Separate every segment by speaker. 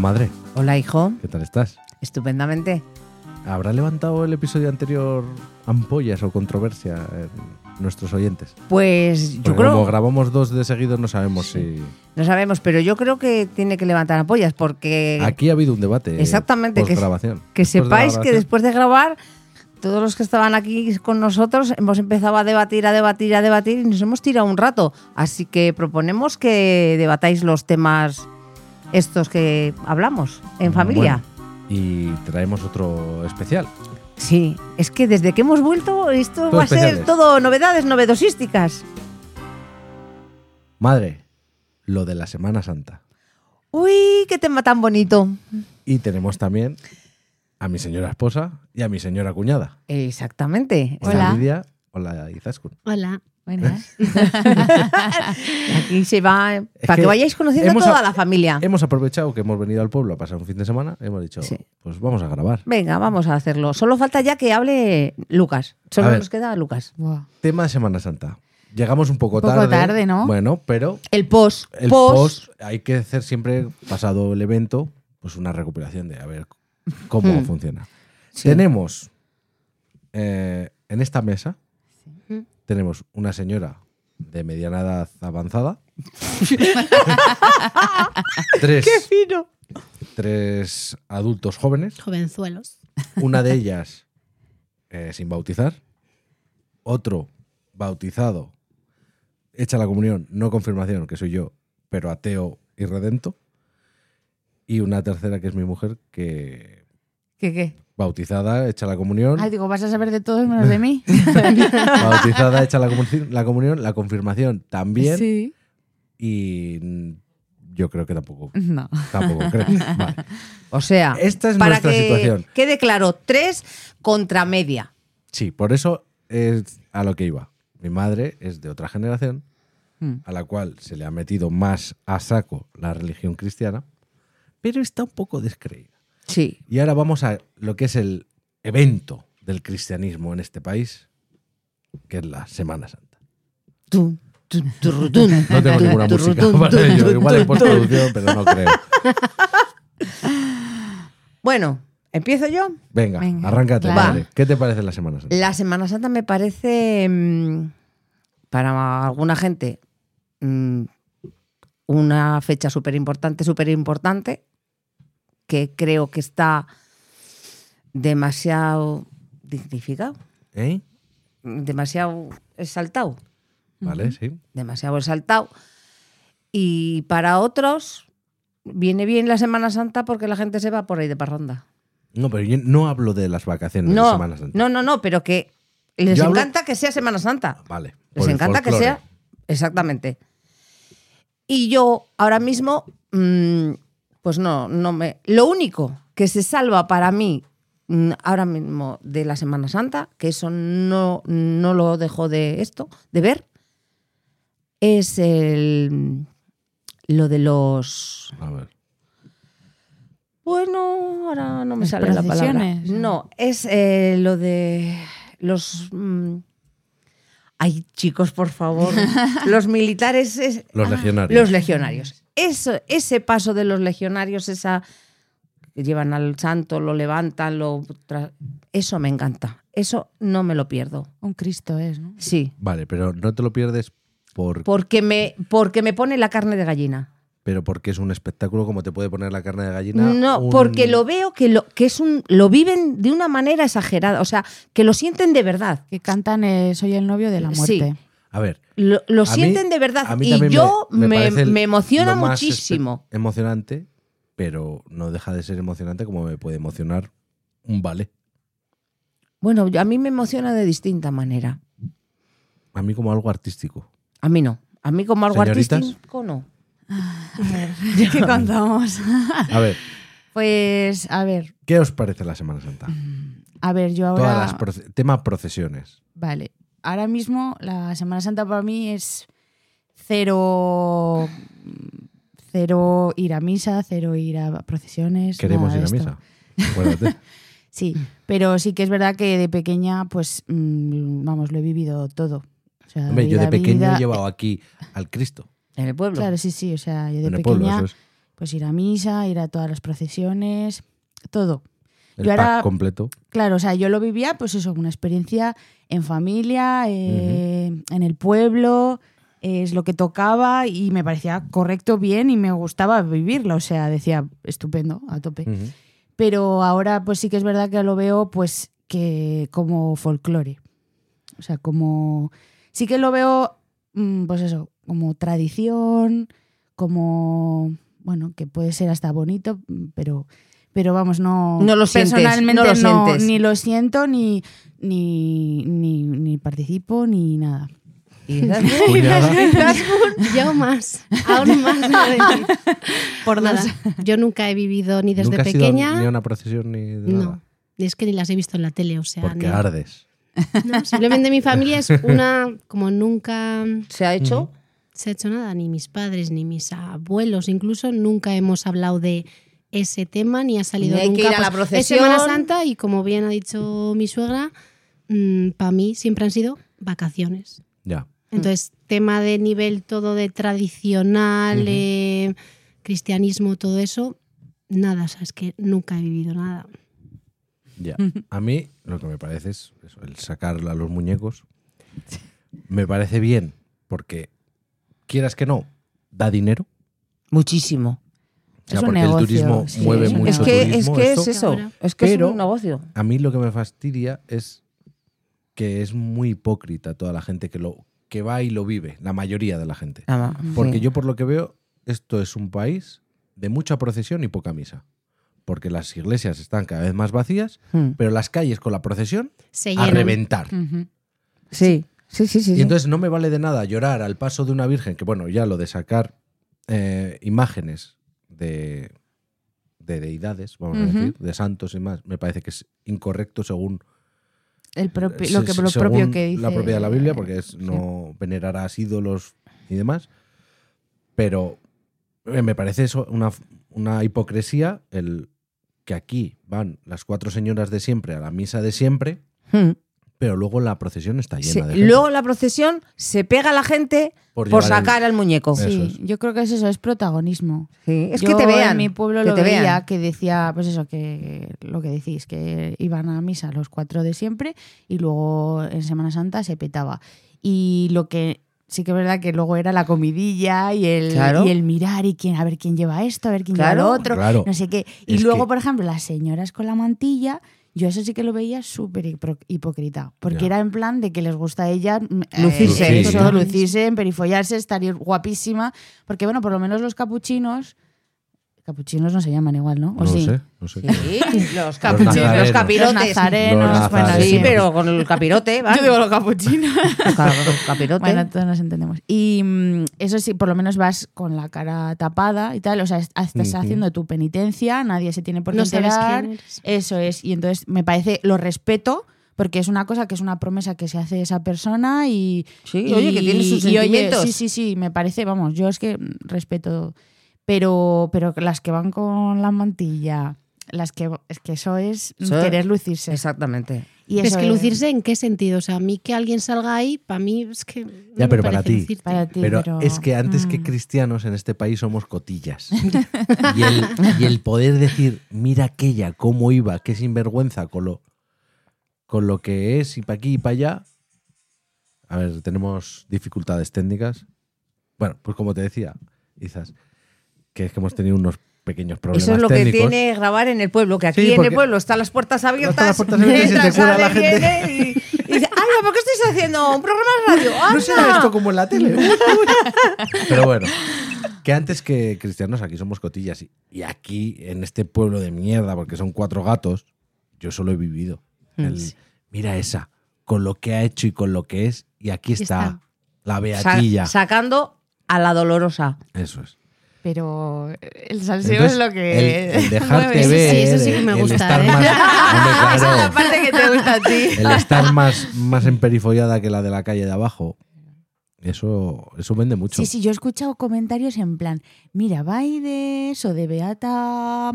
Speaker 1: madre.
Speaker 2: Hola, hijo.
Speaker 1: ¿Qué tal estás?
Speaker 2: Estupendamente.
Speaker 1: ¿Habrá levantado el episodio anterior ampollas o controversia en nuestros oyentes?
Speaker 2: Pues yo
Speaker 1: Porque Como
Speaker 2: creo.
Speaker 1: grabamos dos de seguido, no sabemos si.
Speaker 2: No sabemos, pero yo creo que tiene que levantar ampollas porque.
Speaker 1: Aquí ha habido un debate.
Speaker 2: Eh, Exactamente, que,
Speaker 1: grabación.
Speaker 2: que sepáis que después de grabar, todos los que estaban aquí con nosotros hemos empezado a debatir, a debatir, a debatir y nos hemos tirado un rato. Así que proponemos que debatáis los temas estos que hablamos en familia.
Speaker 1: y traemos otro especial.
Speaker 2: Sí, es que desde que hemos vuelto esto
Speaker 1: Todo
Speaker 2: va a ser
Speaker 1: especiales.
Speaker 2: todo novedades novedosísticas.
Speaker 1: Madre, lo de la Semana Santa.
Speaker 2: Uy, qué tema tan bonito.
Speaker 1: Y tenemos también a mi señora esposa y a mi señora cuñada.
Speaker 2: Exactamente.
Speaker 1: Hola,
Speaker 3: Hola.
Speaker 1: Lidia. Hola, Izaskun.
Speaker 3: Hola,
Speaker 1: ¿Eh?
Speaker 3: buenas.
Speaker 2: Aquí se va eh,
Speaker 1: Es
Speaker 2: para que,
Speaker 1: que
Speaker 2: vayáis conociendo a
Speaker 1: hemos
Speaker 2: toda
Speaker 1: a-
Speaker 2: la familia.
Speaker 1: Hemos aprovechado que hemos venido al pueblo a pasar un fin de semana. Hemos dicho,
Speaker 2: Sí.
Speaker 1: pues vamos a grabar.
Speaker 2: Venga, vamos a hacerlo. Solo falta ya que hable Lucas.
Speaker 1: A
Speaker 2: Solo
Speaker 1: ver.
Speaker 2: nos queda Lucas.
Speaker 3: Buah.
Speaker 1: Tema de Semana Santa. Llegamos un poco
Speaker 3: Un poco
Speaker 1: tarde.
Speaker 3: tarde, ¿no?
Speaker 1: Bueno, pero
Speaker 2: El post.
Speaker 1: el post. hay que hacer siempre, pasado el evento, pues una recuperación de a ver cómo
Speaker 3: Hmm.
Speaker 2: Mm.
Speaker 1: funciona.
Speaker 2: Sí.
Speaker 1: Tenemos eh, en esta mesa, tenemos una señora de mediana edad avanzada. tres,
Speaker 2: fino!
Speaker 1: tres adultos jóvenes.
Speaker 3: Jovenzuelos.
Speaker 1: Una de ellas eh, sin bautizar. Otro bautizado, hecha la comunión, no confirmación, que soy yo, pero ateo y redento. Y una tercera que es mi mujer, que
Speaker 3: ¿Qué qué?
Speaker 1: bautizada, hecha la comunión.
Speaker 3: Ay, Ah, digo, vas a saber de todos menos de mí.
Speaker 1: Bautizada, hecha la, comu- la comunión, la confirmación también.
Speaker 3: Sí.
Speaker 1: Y mm, yo creo que tampoco.
Speaker 3: No.
Speaker 1: Tampoco creo. Vale.
Speaker 2: O sea,
Speaker 1: Esta es
Speaker 2: para
Speaker 1: nuestra
Speaker 2: que
Speaker 1: situación.
Speaker 2: quede claro, tres contra media.
Speaker 1: Sí, por eso es a lo que iba. Mi madre es de otra generación
Speaker 2: Mm.
Speaker 1: a la cual se le ha metido más a saco la religión cristiana, pero está un poco descreída.
Speaker 2: Sí.
Speaker 1: Y ahora vamos a lo que es el evento del cristianismo en este país, que es la Semana Santa.
Speaker 2: Tun, tun, turrutun,
Speaker 1: No tengo
Speaker 2: tun,
Speaker 1: ninguna música
Speaker 2: turrutun,
Speaker 1: para
Speaker 2: tun,
Speaker 1: ello,
Speaker 2: tun,
Speaker 1: igual
Speaker 2: tun,
Speaker 1: en postproducción, pero no creo.
Speaker 2: Bueno, empiezo yo.
Speaker 1: Venga,
Speaker 3: Venga,
Speaker 1: arráncate,
Speaker 3: claro.
Speaker 1: madre. ¿Qué te parece la Semana Santa?
Speaker 2: La Semana Santa me parece mm, para alguna gente mm, una fecha súper importante, súper importante, que creo que está demasiado dignificado,
Speaker 1: ¿Eh?
Speaker 2: demasiado exaltado,
Speaker 1: ¿Vale? Sí.
Speaker 2: demasiado exaltado. Y para otros viene bien la Semana Santa porque la gente se va por ahí de parranda.
Speaker 1: No, pero yo no hablo de las vacaciones de
Speaker 2: No,
Speaker 1: Semana Santa.
Speaker 2: no, no, no, pero que les
Speaker 1: Yo hablo-
Speaker 2: encanta que sea Semana Santa.
Speaker 1: Vale.
Speaker 2: Les
Speaker 1: por el
Speaker 2: encanta que
Speaker 1: folclore.
Speaker 2: sea. Exactamente. Y yo ahora mismo, mm, pues no, no me. Lo único que se salva para mí mm, ahora mismo de la Semana Santa, que eso no, no lo dejo de esto, de ver, es el lo de los.
Speaker 1: A ver.
Speaker 2: Bueno, ahora Pues no me
Speaker 3: Las
Speaker 2: sale la palabra.
Speaker 3: procesiones.
Speaker 2: No, es eh, lo de los. mm, ay, chicos, por favor. los militares. es- ah,
Speaker 1: Los legionarios.
Speaker 2: los legionarios. Eso, ese paso de los legionarios, esa. que llevan al santo, lo levantan, lo. tra- Eso me encanta. Eso no me lo pierdo.
Speaker 3: Un Cristo es, ¿no?
Speaker 2: Sí.
Speaker 1: Vale, pero no te lo pierdes por,
Speaker 2: Porque me, porque me pone la carne de gallina.
Speaker 1: pero porque es un espectáculo como te puede poner la carne de gallina.
Speaker 2: No,
Speaker 1: un-
Speaker 2: porque lo veo que lo que es un lo viven de una manera exagerada, o sea, que lo sienten de verdad.
Speaker 3: Que cantan eh, Soy el novio de la
Speaker 2: Sí.
Speaker 3: muerte.
Speaker 1: A ver.
Speaker 2: Lo, lo
Speaker 1: a mí-
Speaker 2: sienten de
Speaker 1: a
Speaker 2: verdad
Speaker 1: mí
Speaker 2: y
Speaker 1: también
Speaker 2: yo me,
Speaker 1: parece
Speaker 2: me emociona
Speaker 1: lo más
Speaker 2: muchísimo.
Speaker 1: espe- Emocionante, pero no deja de ser emocionante como me puede emocionar un vale.
Speaker 2: Bueno, yo- a mí me emociona de distinta manera.
Speaker 1: A mí como algo artístico.
Speaker 2: A mí no. A mí como algo
Speaker 1: Señoritas.
Speaker 2: artístico no.
Speaker 3: ¿Qué contamos?
Speaker 1: A ver,
Speaker 3: pues, a ver.
Speaker 1: ¿qué os parece la Semana Santa?
Speaker 3: A ver, yo ahora.
Speaker 1: Todas las proce- tema procesiones.
Speaker 3: Vale. Ahora mismo la Semana Santa para mí es cero. Cero ir a misa, cero ir a procesiones.
Speaker 1: Queremos
Speaker 3: Pues nada
Speaker 1: ir
Speaker 3: de
Speaker 1: a
Speaker 3: esto.
Speaker 1: misa. Acuérdate.
Speaker 3: Sí,
Speaker 1: Mm.
Speaker 3: pero sí que es verdad que de pequeña, pues, mm, vamos, lo he vivido todo. O sea,
Speaker 1: Hombre, yo
Speaker 3: vida,
Speaker 1: de pequeño
Speaker 3: vida-
Speaker 1: he llevado aquí al Cristo.
Speaker 2: En el pueblo.
Speaker 3: Claro, sí, sí, o sea, yo de
Speaker 1: en el
Speaker 3: pequeña,
Speaker 1: pueblo, eso es.
Speaker 3: Pues ir a misa, ir a todas las procesiones, todo.
Speaker 1: El
Speaker 3: Yo
Speaker 1: pack
Speaker 3: ahora-
Speaker 1: completo.
Speaker 3: Claro, o sea, yo lo vivía, pues eso, una experiencia en familia, eh, en el pueblo, eh, es lo que tocaba y me parecía correcto, bien y me gustaba vivirlo, o sea, decía, estupendo, a tope.
Speaker 1: Ujú.
Speaker 3: Pero ahora pues sí que es verdad que lo veo pues que como folclore. O sea, como... Sí que lo veo, mm, pues eso, como tradición, como... Bueno, que puede ser hasta bonito, mm, pero... Pero vamos, no...
Speaker 2: No lo sientes,
Speaker 3: personalmente
Speaker 2: no lo sientes.
Speaker 3: ni lo siento, ni, ni, ni, ni participo, ni nada.
Speaker 2: Y das-
Speaker 1: Cuñada.
Speaker 4: Yo más, aún más. no voy a decir.
Speaker 3: Por
Speaker 4: Nada, yo nunca he vivido ni desde
Speaker 1: Nunca has ido
Speaker 4: pequeña.
Speaker 1: ni a una procesión ni de
Speaker 4: no,
Speaker 1: nada.
Speaker 4: ni es que ni las he visto en la tele, o sea,
Speaker 1: Porque
Speaker 4: no.
Speaker 1: ardes.
Speaker 4: No, simplemente mi familia es una, como nunca
Speaker 2: ¿Se ha hecho?
Speaker 4: se ha hecho nada, ni mis padres, ni mis abuelos, incluso nunca hemos hablado de ese tema, ni ha salido
Speaker 2: Ni hay que
Speaker 4: nunca.
Speaker 2: ir
Speaker 4: pues,
Speaker 2: a la
Speaker 4: es
Speaker 2: procesión.
Speaker 4: Semana Santa y como bien ha dicho mi suegra, para mí siempre han sido vacaciones.
Speaker 1: Ya.
Speaker 4: Entonces, tema de nivel todo de tradicional,
Speaker 1: Ujú.
Speaker 4: eh, cristianismo, todo eso, nada, o sea, es que nunca he vivido nada.
Speaker 1: Ya. A mí lo que me parece es eso, el sacar a los muñecos. Me parece bien, porque quieras que no, da dinero.
Speaker 2: Muchísimo.
Speaker 1: O sea,
Speaker 3: Es un
Speaker 1: porque
Speaker 3: negocio,
Speaker 1: el turismo
Speaker 3: sí,
Speaker 1: mueve
Speaker 3: es un
Speaker 1: mucho
Speaker 2: Es que, es,
Speaker 1: turismo.
Speaker 2: que es
Speaker 1: esto.
Speaker 2: eso.
Speaker 4: Ahora.
Speaker 2: Es que
Speaker 1: Pero-
Speaker 2: es un negocio.
Speaker 1: A mí lo que me fastidia es que es muy hipócrita toda la gente que lo que va y lo vive, la mayoría de la gente.
Speaker 2: Ah,
Speaker 1: Porque
Speaker 2: sí.
Speaker 1: yo por lo que veo, esto es un país de mucha procesión y poca misa. Porque las iglesias están cada vez más vacías,
Speaker 2: Mm.
Speaker 1: pero las calles con la procesión
Speaker 4: Se
Speaker 1: a
Speaker 4: llenan.
Speaker 1: reventar.
Speaker 2: Sí, sí, sí, sí.
Speaker 1: Y
Speaker 2: sí.
Speaker 1: entonces no me vale de nada llorar al paso de una virgen, que bueno, ya lo de sacar eh, imágenes de, de deidades, vamos a
Speaker 3: Ujú.
Speaker 1: decir, de santos y más, me parece que es incorrecto según,
Speaker 3: El propio,
Speaker 1: eh, se-
Speaker 3: lo que, lo
Speaker 1: según
Speaker 3: propio que dice.
Speaker 1: la propiedad de la Biblia, porque es no venerarás ídolos y demás. Pero eh, me parece eso una, una hipocresía el que aquí van las cuatro señoras de siempre a la misa de siempre,
Speaker 2: Mm.
Speaker 1: pero luego la procesión está llena
Speaker 2: Se-
Speaker 1: de gente
Speaker 2: luego la procesión se pega a la gente por,
Speaker 1: llevar el-
Speaker 2: sacar al muñeco.
Speaker 1: Eso
Speaker 3: Sí, yo creo que es eso, es protagonismo.
Speaker 2: Sí, Es
Speaker 3: Yo
Speaker 2: que te vean.
Speaker 3: En mi pueblo
Speaker 2: que
Speaker 3: lo
Speaker 2: te
Speaker 3: veía
Speaker 2: vean.
Speaker 3: que decía, pues eso, que lo que decís, que iban a misa los cuatro de siempre y luego en Semana Santa se petaba. Y lo que sí que es verdad que luego era la comidilla y el,
Speaker 2: Claro.
Speaker 3: y el mirar y quién, a ver quién lleva esto, a ver quién
Speaker 2: Claro.
Speaker 3: lleva lo otro,
Speaker 1: Claro.
Speaker 3: no sé qué. Y
Speaker 1: Es
Speaker 3: luego,
Speaker 1: que-
Speaker 3: por ejemplo, las señoras con la mantilla. Yo eso sí que lo veía súper hipro- hipócrita, porque
Speaker 1: Ya.
Speaker 3: era en plan de que les gusta a ella mm, eh,
Speaker 2: Lucirse.
Speaker 3: eso,
Speaker 1: Lucirse.
Speaker 3: lucirse, emperifollarse, estar guapísima, porque bueno, por lo menos los capuchinos Capuchinos no se llaman igual, ¿no? ¿O
Speaker 1: No
Speaker 3: pues sí?
Speaker 1: sé, no sé.
Speaker 2: Sí, los
Speaker 1: Los
Speaker 2: capuchinos,
Speaker 1: nazarenos.
Speaker 2: los
Speaker 3: Los
Speaker 2: capirotes.
Speaker 3: nazarenos,
Speaker 1: Los
Speaker 3: bueno,
Speaker 1: nazarenos.
Speaker 3: sí,
Speaker 2: Sí, pero con el capirote, ¿vale?
Speaker 3: Yo digo los capuchinos.
Speaker 2: capirote.
Speaker 3: Bueno, todos nos entendemos. Y mm, eso sí, por lo menos vas con la cara tapada y tal. O sea, es- estás
Speaker 1: Ujú.
Speaker 3: haciendo tu penitencia, nadie se tiene por qué
Speaker 4: No sabes
Speaker 3: enterar.
Speaker 4: quién eres.
Speaker 3: Eso es. Y entonces me parece, lo respeto, porque es una cosa que es una promesa que se hace esa persona y.
Speaker 2: Sí,
Speaker 3: y-
Speaker 2: oye, que tiene sus
Speaker 3: y oye,
Speaker 2: sentimientos.
Speaker 3: sí, sí, sí, me parece, vamos, yo es que mm, respeto. Pero, pero las que van con la mantilla, las que. Es que eso es
Speaker 2: Eso es-
Speaker 3: querer lucirse.
Speaker 2: Exactamente.
Speaker 3: Y
Speaker 4: Pero
Speaker 3: eso
Speaker 4: es que
Speaker 3: es-
Speaker 4: lucirse en qué sentido? O sea, a mí que alguien salga ahí, para mí es que. no
Speaker 1: Ya,
Speaker 4: me
Speaker 1: pero para
Speaker 4: parece
Speaker 1: ti.
Speaker 4: lucirte.
Speaker 3: Para ti,
Speaker 1: pero,
Speaker 3: pero,
Speaker 1: es que antes que
Speaker 3: mm.
Speaker 1: cristianos en este país somos cotillas. y, el, y el poder decir, mira aquella, cómo iba, qué sinvergüenza con lo, con lo que es y para aquí y para allá. A ver, tenemos dificultades técnicas. Bueno, pues como te decía, quizás, que es que hemos tenido unos pequeños problemas
Speaker 2: Eso es lo que
Speaker 1: técnicos.
Speaker 2: tiene grabar en el pueblo, que aquí
Speaker 1: Sí,
Speaker 2: en
Speaker 1: porque-
Speaker 2: el pueblo están las puertas abiertas.
Speaker 1: Están las puertas abiertas y se te
Speaker 2: entras,
Speaker 1: cuela la
Speaker 2: sale,
Speaker 1: gente.
Speaker 2: viene Y, y dice, ¡Ay, ¿por qué estáis haciendo un programa de radio? ¡Anda!
Speaker 1: No será esto como en la tele. Pero bueno, que antes que cristianos aquí somos cotillas y, y aquí en este pueblo de mierda, porque son cuatro gatos, yo solo he vivido. el, Mira esa, con lo que ha hecho y con lo que es, y aquí
Speaker 4: Aquí
Speaker 1: está,
Speaker 4: está.
Speaker 1: la
Speaker 2: Sa-
Speaker 1: beatilla.
Speaker 2: sacando a la dolorosa.
Speaker 1: Eso es.
Speaker 3: Pero el salseo
Speaker 1: Entonces,
Speaker 3: es lo que.
Speaker 1: el, el dejarte
Speaker 3: mueve.
Speaker 4: sí,
Speaker 1: ver,
Speaker 4: eso sí que me
Speaker 1: el
Speaker 4: gusta,
Speaker 1: estar
Speaker 4: ¿eh?
Speaker 1: más, hombre,
Speaker 2: Esa es la
Speaker 1: claro,
Speaker 2: parte que te gusta a ti.
Speaker 1: el estar más, más emperifollada que la de la calle de abajo, eso, eso vende mucho.
Speaker 3: Sí, sí, yo he escuchado comentarios en plan: mira,
Speaker 1: Mm.
Speaker 3: Baides o de Beata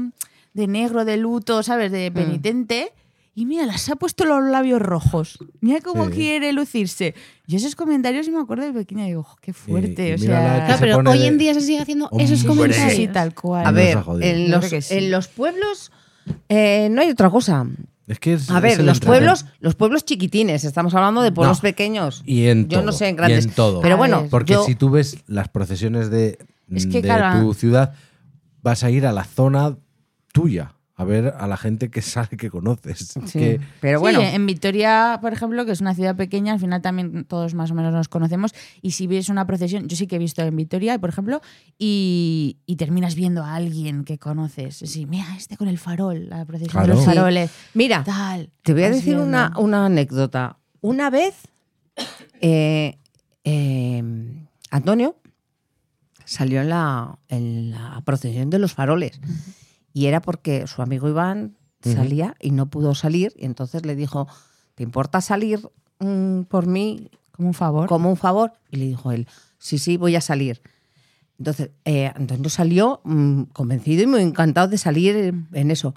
Speaker 3: de negro, de luto, ¿sabes? De penitente. Y mira, las ha puesto los labios rojos. Mira cómo
Speaker 1: Sí.
Speaker 3: quiere lucirse. Yo esos comentarios me acuerdo de pequeña digo, "Jo, qué fuerte.
Speaker 1: Y- y
Speaker 3: o
Speaker 1: mírala
Speaker 3: sea,
Speaker 1: que
Speaker 4: Claro,
Speaker 1: se
Speaker 4: pero
Speaker 1: pone
Speaker 4: hoy
Speaker 1: de-
Speaker 4: en día se sigue haciendo
Speaker 1: Hombre.
Speaker 4: esos comentarios.
Speaker 3: sí, tal cual.
Speaker 2: A
Speaker 1: nos
Speaker 2: ver,
Speaker 1: ha jodido.
Speaker 2: en
Speaker 3: Claro
Speaker 2: los,
Speaker 3: que sí.
Speaker 2: en los pueblos eh, no hay otra cosa.
Speaker 1: Es que es-
Speaker 2: A
Speaker 1: es
Speaker 2: ver,
Speaker 1: el
Speaker 2: los
Speaker 1: entreten-
Speaker 2: pueblos, los pueblos chiquitines, estamos hablando de pueblos
Speaker 1: No.
Speaker 2: pequeños.
Speaker 1: Y en
Speaker 2: yo
Speaker 1: todo,
Speaker 2: no sé, en
Speaker 1: y
Speaker 2: grandes.
Speaker 1: en todo.
Speaker 2: Pero
Speaker 3: A
Speaker 2: bueno,
Speaker 3: ver.
Speaker 1: Porque
Speaker 2: yo-
Speaker 1: si tú ves las procesiones de,
Speaker 3: Es
Speaker 1: de
Speaker 3: que, claro, ah.
Speaker 1: tu ciudad, vas a ir a la zona tuya, a ver a la gente que sale que conoces.
Speaker 2: sí,
Speaker 1: Que-
Speaker 2: pero
Speaker 3: Sí, eh,
Speaker 2: bueno,
Speaker 3: en Vitoria, por ejemplo, que es una ciudad pequeña, al final también todos más o menos nos conocemos. Y si ves una procesión, yo sí que he visto en Vitoria, por ejemplo, y, y terminas viendo a alguien que conoces. Sí, mira, este con el farol, la procesión de
Speaker 1: Claro.
Speaker 3: los
Speaker 1: Sí.
Speaker 3: faroles.
Speaker 2: mira,
Speaker 3: Tal.
Speaker 2: Te voy a
Speaker 3: Vas
Speaker 2: decir una,
Speaker 3: viendo.
Speaker 2: una anécdota. Una vez, eh, eh, Antonio salió en la, en la procesión de los faroles y era porque su amigo Iván salía y no pudo salir y entonces le dijo, ¿te importa salir mm, por mí
Speaker 3: Como un favor.
Speaker 2: como un favor. Y le dijo él, sí, sí, voy a salir. Entonces, eh, Antonio salió mm, convencido y muy encantado de salir en, en eso.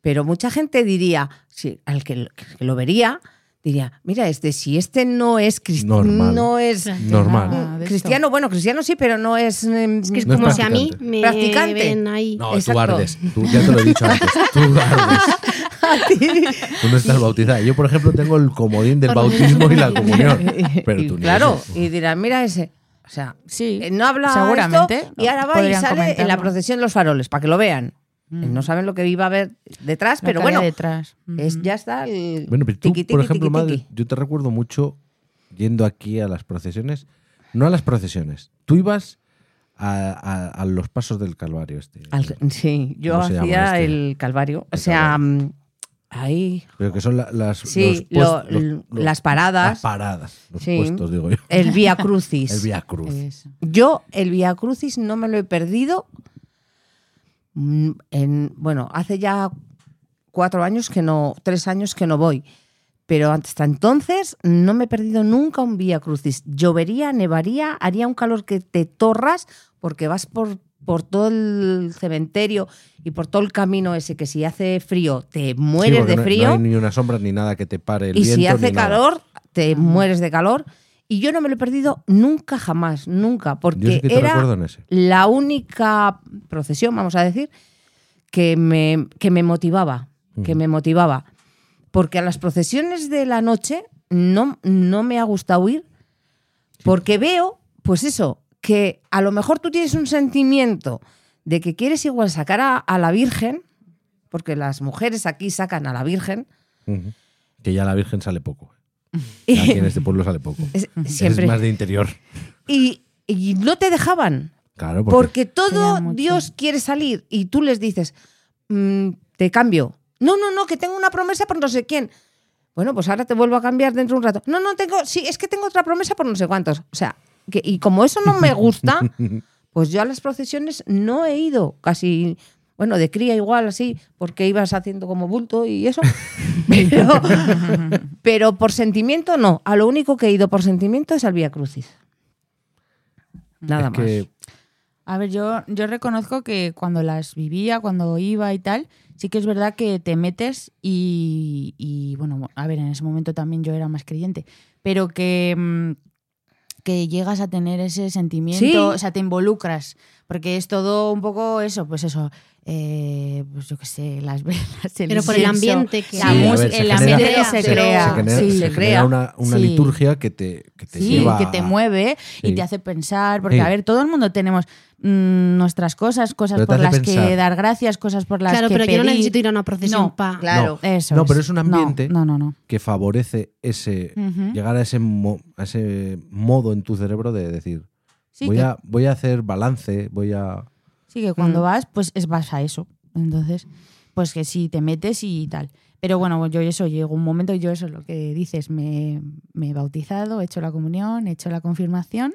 Speaker 2: Pero mucha gente diría, sí, al que, lo- que lo vería, diría, mira, este, si este no es cristiano,
Speaker 1: Normal.
Speaker 2: no es
Speaker 4: Claro.
Speaker 1: normal.
Speaker 3: Ah,
Speaker 2: mm,
Speaker 3: de esto.
Speaker 2: cristiano, bueno, cristiano sí, pero no es... em,
Speaker 4: Es que es
Speaker 1: No es
Speaker 4: como si a mí
Speaker 1: practicante.
Speaker 4: me
Speaker 2: Practicante.
Speaker 4: ven ahí.
Speaker 1: No, tú
Speaker 2: Exacto.
Speaker 1: ardes. Tú, ya te lo he dicho antes. Tú ardes. Tú no estás bautizada. Yo, por ejemplo, tengo el comodín del
Speaker 4: Por lo
Speaker 1: bautismo y la
Speaker 4: menos.
Speaker 1: comunión. Pero
Speaker 2: y
Speaker 1: tú ni
Speaker 2: claro,
Speaker 1: eso.
Speaker 2: y dirán, mira ese. O sea,
Speaker 3: Sí,
Speaker 2: eh, no habla
Speaker 3: seguramente,
Speaker 2: esto y ahora va y
Speaker 3: podrían
Speaker 2: sale en la
Speaker 3: comentarlo. Mm.
Speaker 2: procesión de los faroles, para que lo vean. No saben lo que iba a haber detrás,
Speaker 3: Lo
Speaker 2: pero
Speaker 3: que había
Speaker 2: bueno,
Speaker 3: detrás.
Speaker 2: Es,
Speaker 3: Ujú.
Speaker 2: ya está el.
Speaker 1: Bueno, pero tú,
Speaker 2: tiqui,
Speaker 1: por
Speaker 2: tiqui,
Speaker 1: ejemplo,
Speaker 2: tiqui,
Speaker 1: madre,
Speaker 2: tiqui.
Speaker 1: yo te recuerdo mucho yendo aquí a las procesiones. No a las procesiones. Tú ibas a, a- a los pasos del Calvario. Este,
Speaker 2: Al- sí, yo
Speaker 1: ¿Cómo se llama
Speaker 2: hacía
Speaker 1: este?
Speaker 2: el calvario. O
Speaker 1: El
Speaker 2: sea, mm, ahí.
Speaker 1: Pero que son la- las,
Speaker 2: Sí,
Speaker 1: los
Speaker 2: lo-
Speaker 1: puest- los-
Speaker 2: l-
Speaker 1: los-
Speaker 2: las paradas.
Speaker 1: Las paradas. Los
Speaker 2: Sí. eh,
Speaker 1: puestos, digo yo.
Speaker 2: El Via
Speaker 1: El
Speaker 2: Crucis.
Speaker 1: Via Cruz.
Speaker 3: Eso.
Speaker 2: Yo, el Via Crucis, no me lo he perdido. mm, En, bueno, hace ya cuatro años que no. tres años que no voy. Pero hasta entonces no me he perdido nunca un Vía Crucis. Llovería, nevaría, haría un calor que te torras porque vas por, por todo el cementerio y por todo el camino ese que si hace frío te
Speaker 1: Sí,
Speaker 2: mueres
Speaker 1: porque
Speaker 2: de
Speaker 1: no-
Speaker 2: frío
Speaker 1: No hay ni una sombra ni nada que te pare el
Speaker 2: y
Speaker 1: viento.
Speaker 2: si hace
Speaker 1: ni nada.
Speaker 2: calor te mueres de calor. Y yo no me lo he perdido nunca, jamás, nunca, porque
Speaker 1: Yo sí que te
Speaker 2: era
Speaker 1: recuerdo en ese.
Speaker 2: la única procesión, vamos a decir, que me, que me motivaba, que
Speaker 1: Ujú.
Speaker 2: me motivaba. Porque a las procesiones de la noche no, no me ha gustado ir, porque veo, pues eso, que a lo mejor tú tienes un sentimiento de que quieres igual sacar a, a la Virgen, porque las mujeres aquí sacan a la Virgen,
Speaker 1: Ujú. Que ya la Virgen sale poco. Aquí en este pueblo sale poco.
Speaker 2: es-
Speaker 1: Es
Speaker 2: siempre.
Speaker 1: más de interior.
Speaker 2: Y, y no te dejaban,
Speaker 1: Claro, porque.
Speaker 2: Porque todo
Speaker 3: Queda mucho.
Speaker 2: Dios quiere salir y tú les dices, "Mm, te cambio. No, no, no, que tengo una promesa por no sé quién. Bueno, pues ahora te vuelvo a cambiar dentro de un rato. No, no, tengo, sí, es que tengo otra promesa por no sé cuántos. O sea, que, y como eso no me gusta, pues yo a las procesiones no he ido casi, bueno, de cría igual así, porque ibas haciendo como bulto y eso. Pero, pero por sentimiento no. A lo único que he ido por sentimiento es al Vía Crucis. Nada
Speaker 1: es que-
Speaker 2: más.
Speaker 3: A ver, yo, yo reconozco que cuando las vivía, cuando iba y tal, sí que es verdad que te metes y, y, bueno, a ver, en ese momento también yo era más creyente, pero que, mm, que llegas a tener ese sentimiento,
Speaker 2: Sí.
Speaker 3: o sea, te involucras, porque es todo un poco eso, pues eso, eh, pues yo qué sé, las velas, el
Speaker 4: Pero por el
Speaker 3: incienso,
Speaker 4: ambiente que
Speaker 3: la
Speaker 1: Sí, a ver,
Speaker 3: música,
Speaker 1: se
Speaker 3: el
Speaker 1: genera-
Speaker 3: ambiente que se
Speaker 4: se crea,
Speaker 3: crea,
Speaker 1: se genera,
Speaker 3: sí.
Speaker 1: se
Speaker 2: se
Speaker 1: genera
Speaker 2: crea.
Speaker 1: una, una
Speaker 3: Sí.
Speaker 1: liturgia que te, que te
Speaker 3: Sí,
Speaker 1: lleva
Speaker 3: que te
Speaker 1: a-
Speaker 3: mueve
Speaker 1: Sí.
Speaker 3: y te hace pensar, porque
Speaker 1: Sí.
Speaker 3: a ver, todo el mundo tenemos mm, nuestras cosas, cosas
Speaker 1: Pero te
Speaker 3: por las
Speaker 1: hace
Speaker 3: que
Speaker 1: pensar.
Speaker 3: dar gracias, cosas por las
Speaker 4: Claro,
Speaker 3: que
Speaker 4: pero yo no
Speaker 3: pedir.
Speaker 4: necesito ir a una procesión
Speaker 3: No,
Speaker 4: pa-
Speaker 2: claro.
Speaker 1: No,
Speaker 3: Eso
Speaker 1: no, pero es un ambiente Eh,
Speaker 3: No, no, no.
Speaker 1: que favorece ese
Speaker 3: no. Ujú.
Speaker 1: llegar a ese mo- a ese modo en tu cerebro de decir
Speaker 3: Sí,
Speaker 1: voy
Speaker 3: que,
Speaker 1: a voy a hacer balance, voy a
Speaker 3: sí, que cuando
Speaker 2: Mm.
Speaker 3: vas, pues es vas a eso. Entonces, pues que sí, te metes y tal. Pero bueno, yo eso, llegó un momento, yo eso, lo que dices, me, me he bautizado, he hecho la comunión, he hecho la confirmación,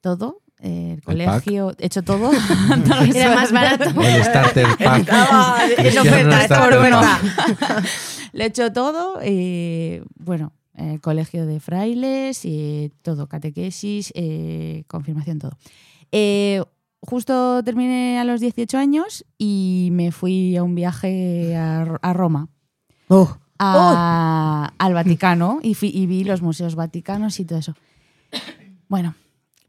Speaker 3: todo, eh, el
Speaker 1: pack.
Speaker 3: colegio, he hecho todo. Todas
Speaker 4: Era más
Speaker 3: esas-
Speaker 4: barato.
Speaker 1: el starter
Speaker 2: Estaba
Speaker 1: pack.
Speaker 2: en
Speaker 1: Ah, Cristiano
Speaker 2: oferta,
Speaker 1: starter
Speaker 2: estaba en
Speaker 1: pack.
Speaker 3: Lo he hecho todo, eh, bueno, eh, colegio de frailes, y todo, catequesis, eh, confirmación, todo. Eh, justo terminé a los
Speaker 2: Oh.
Speaker 3: 18 años y me fui a un viaje a, a Roma. Ah. a-
Speaker 4: ¡Oh!
Speaker 3: al Vaticano y, fui- y vi los museos vaticanos y todo eso. Bueno,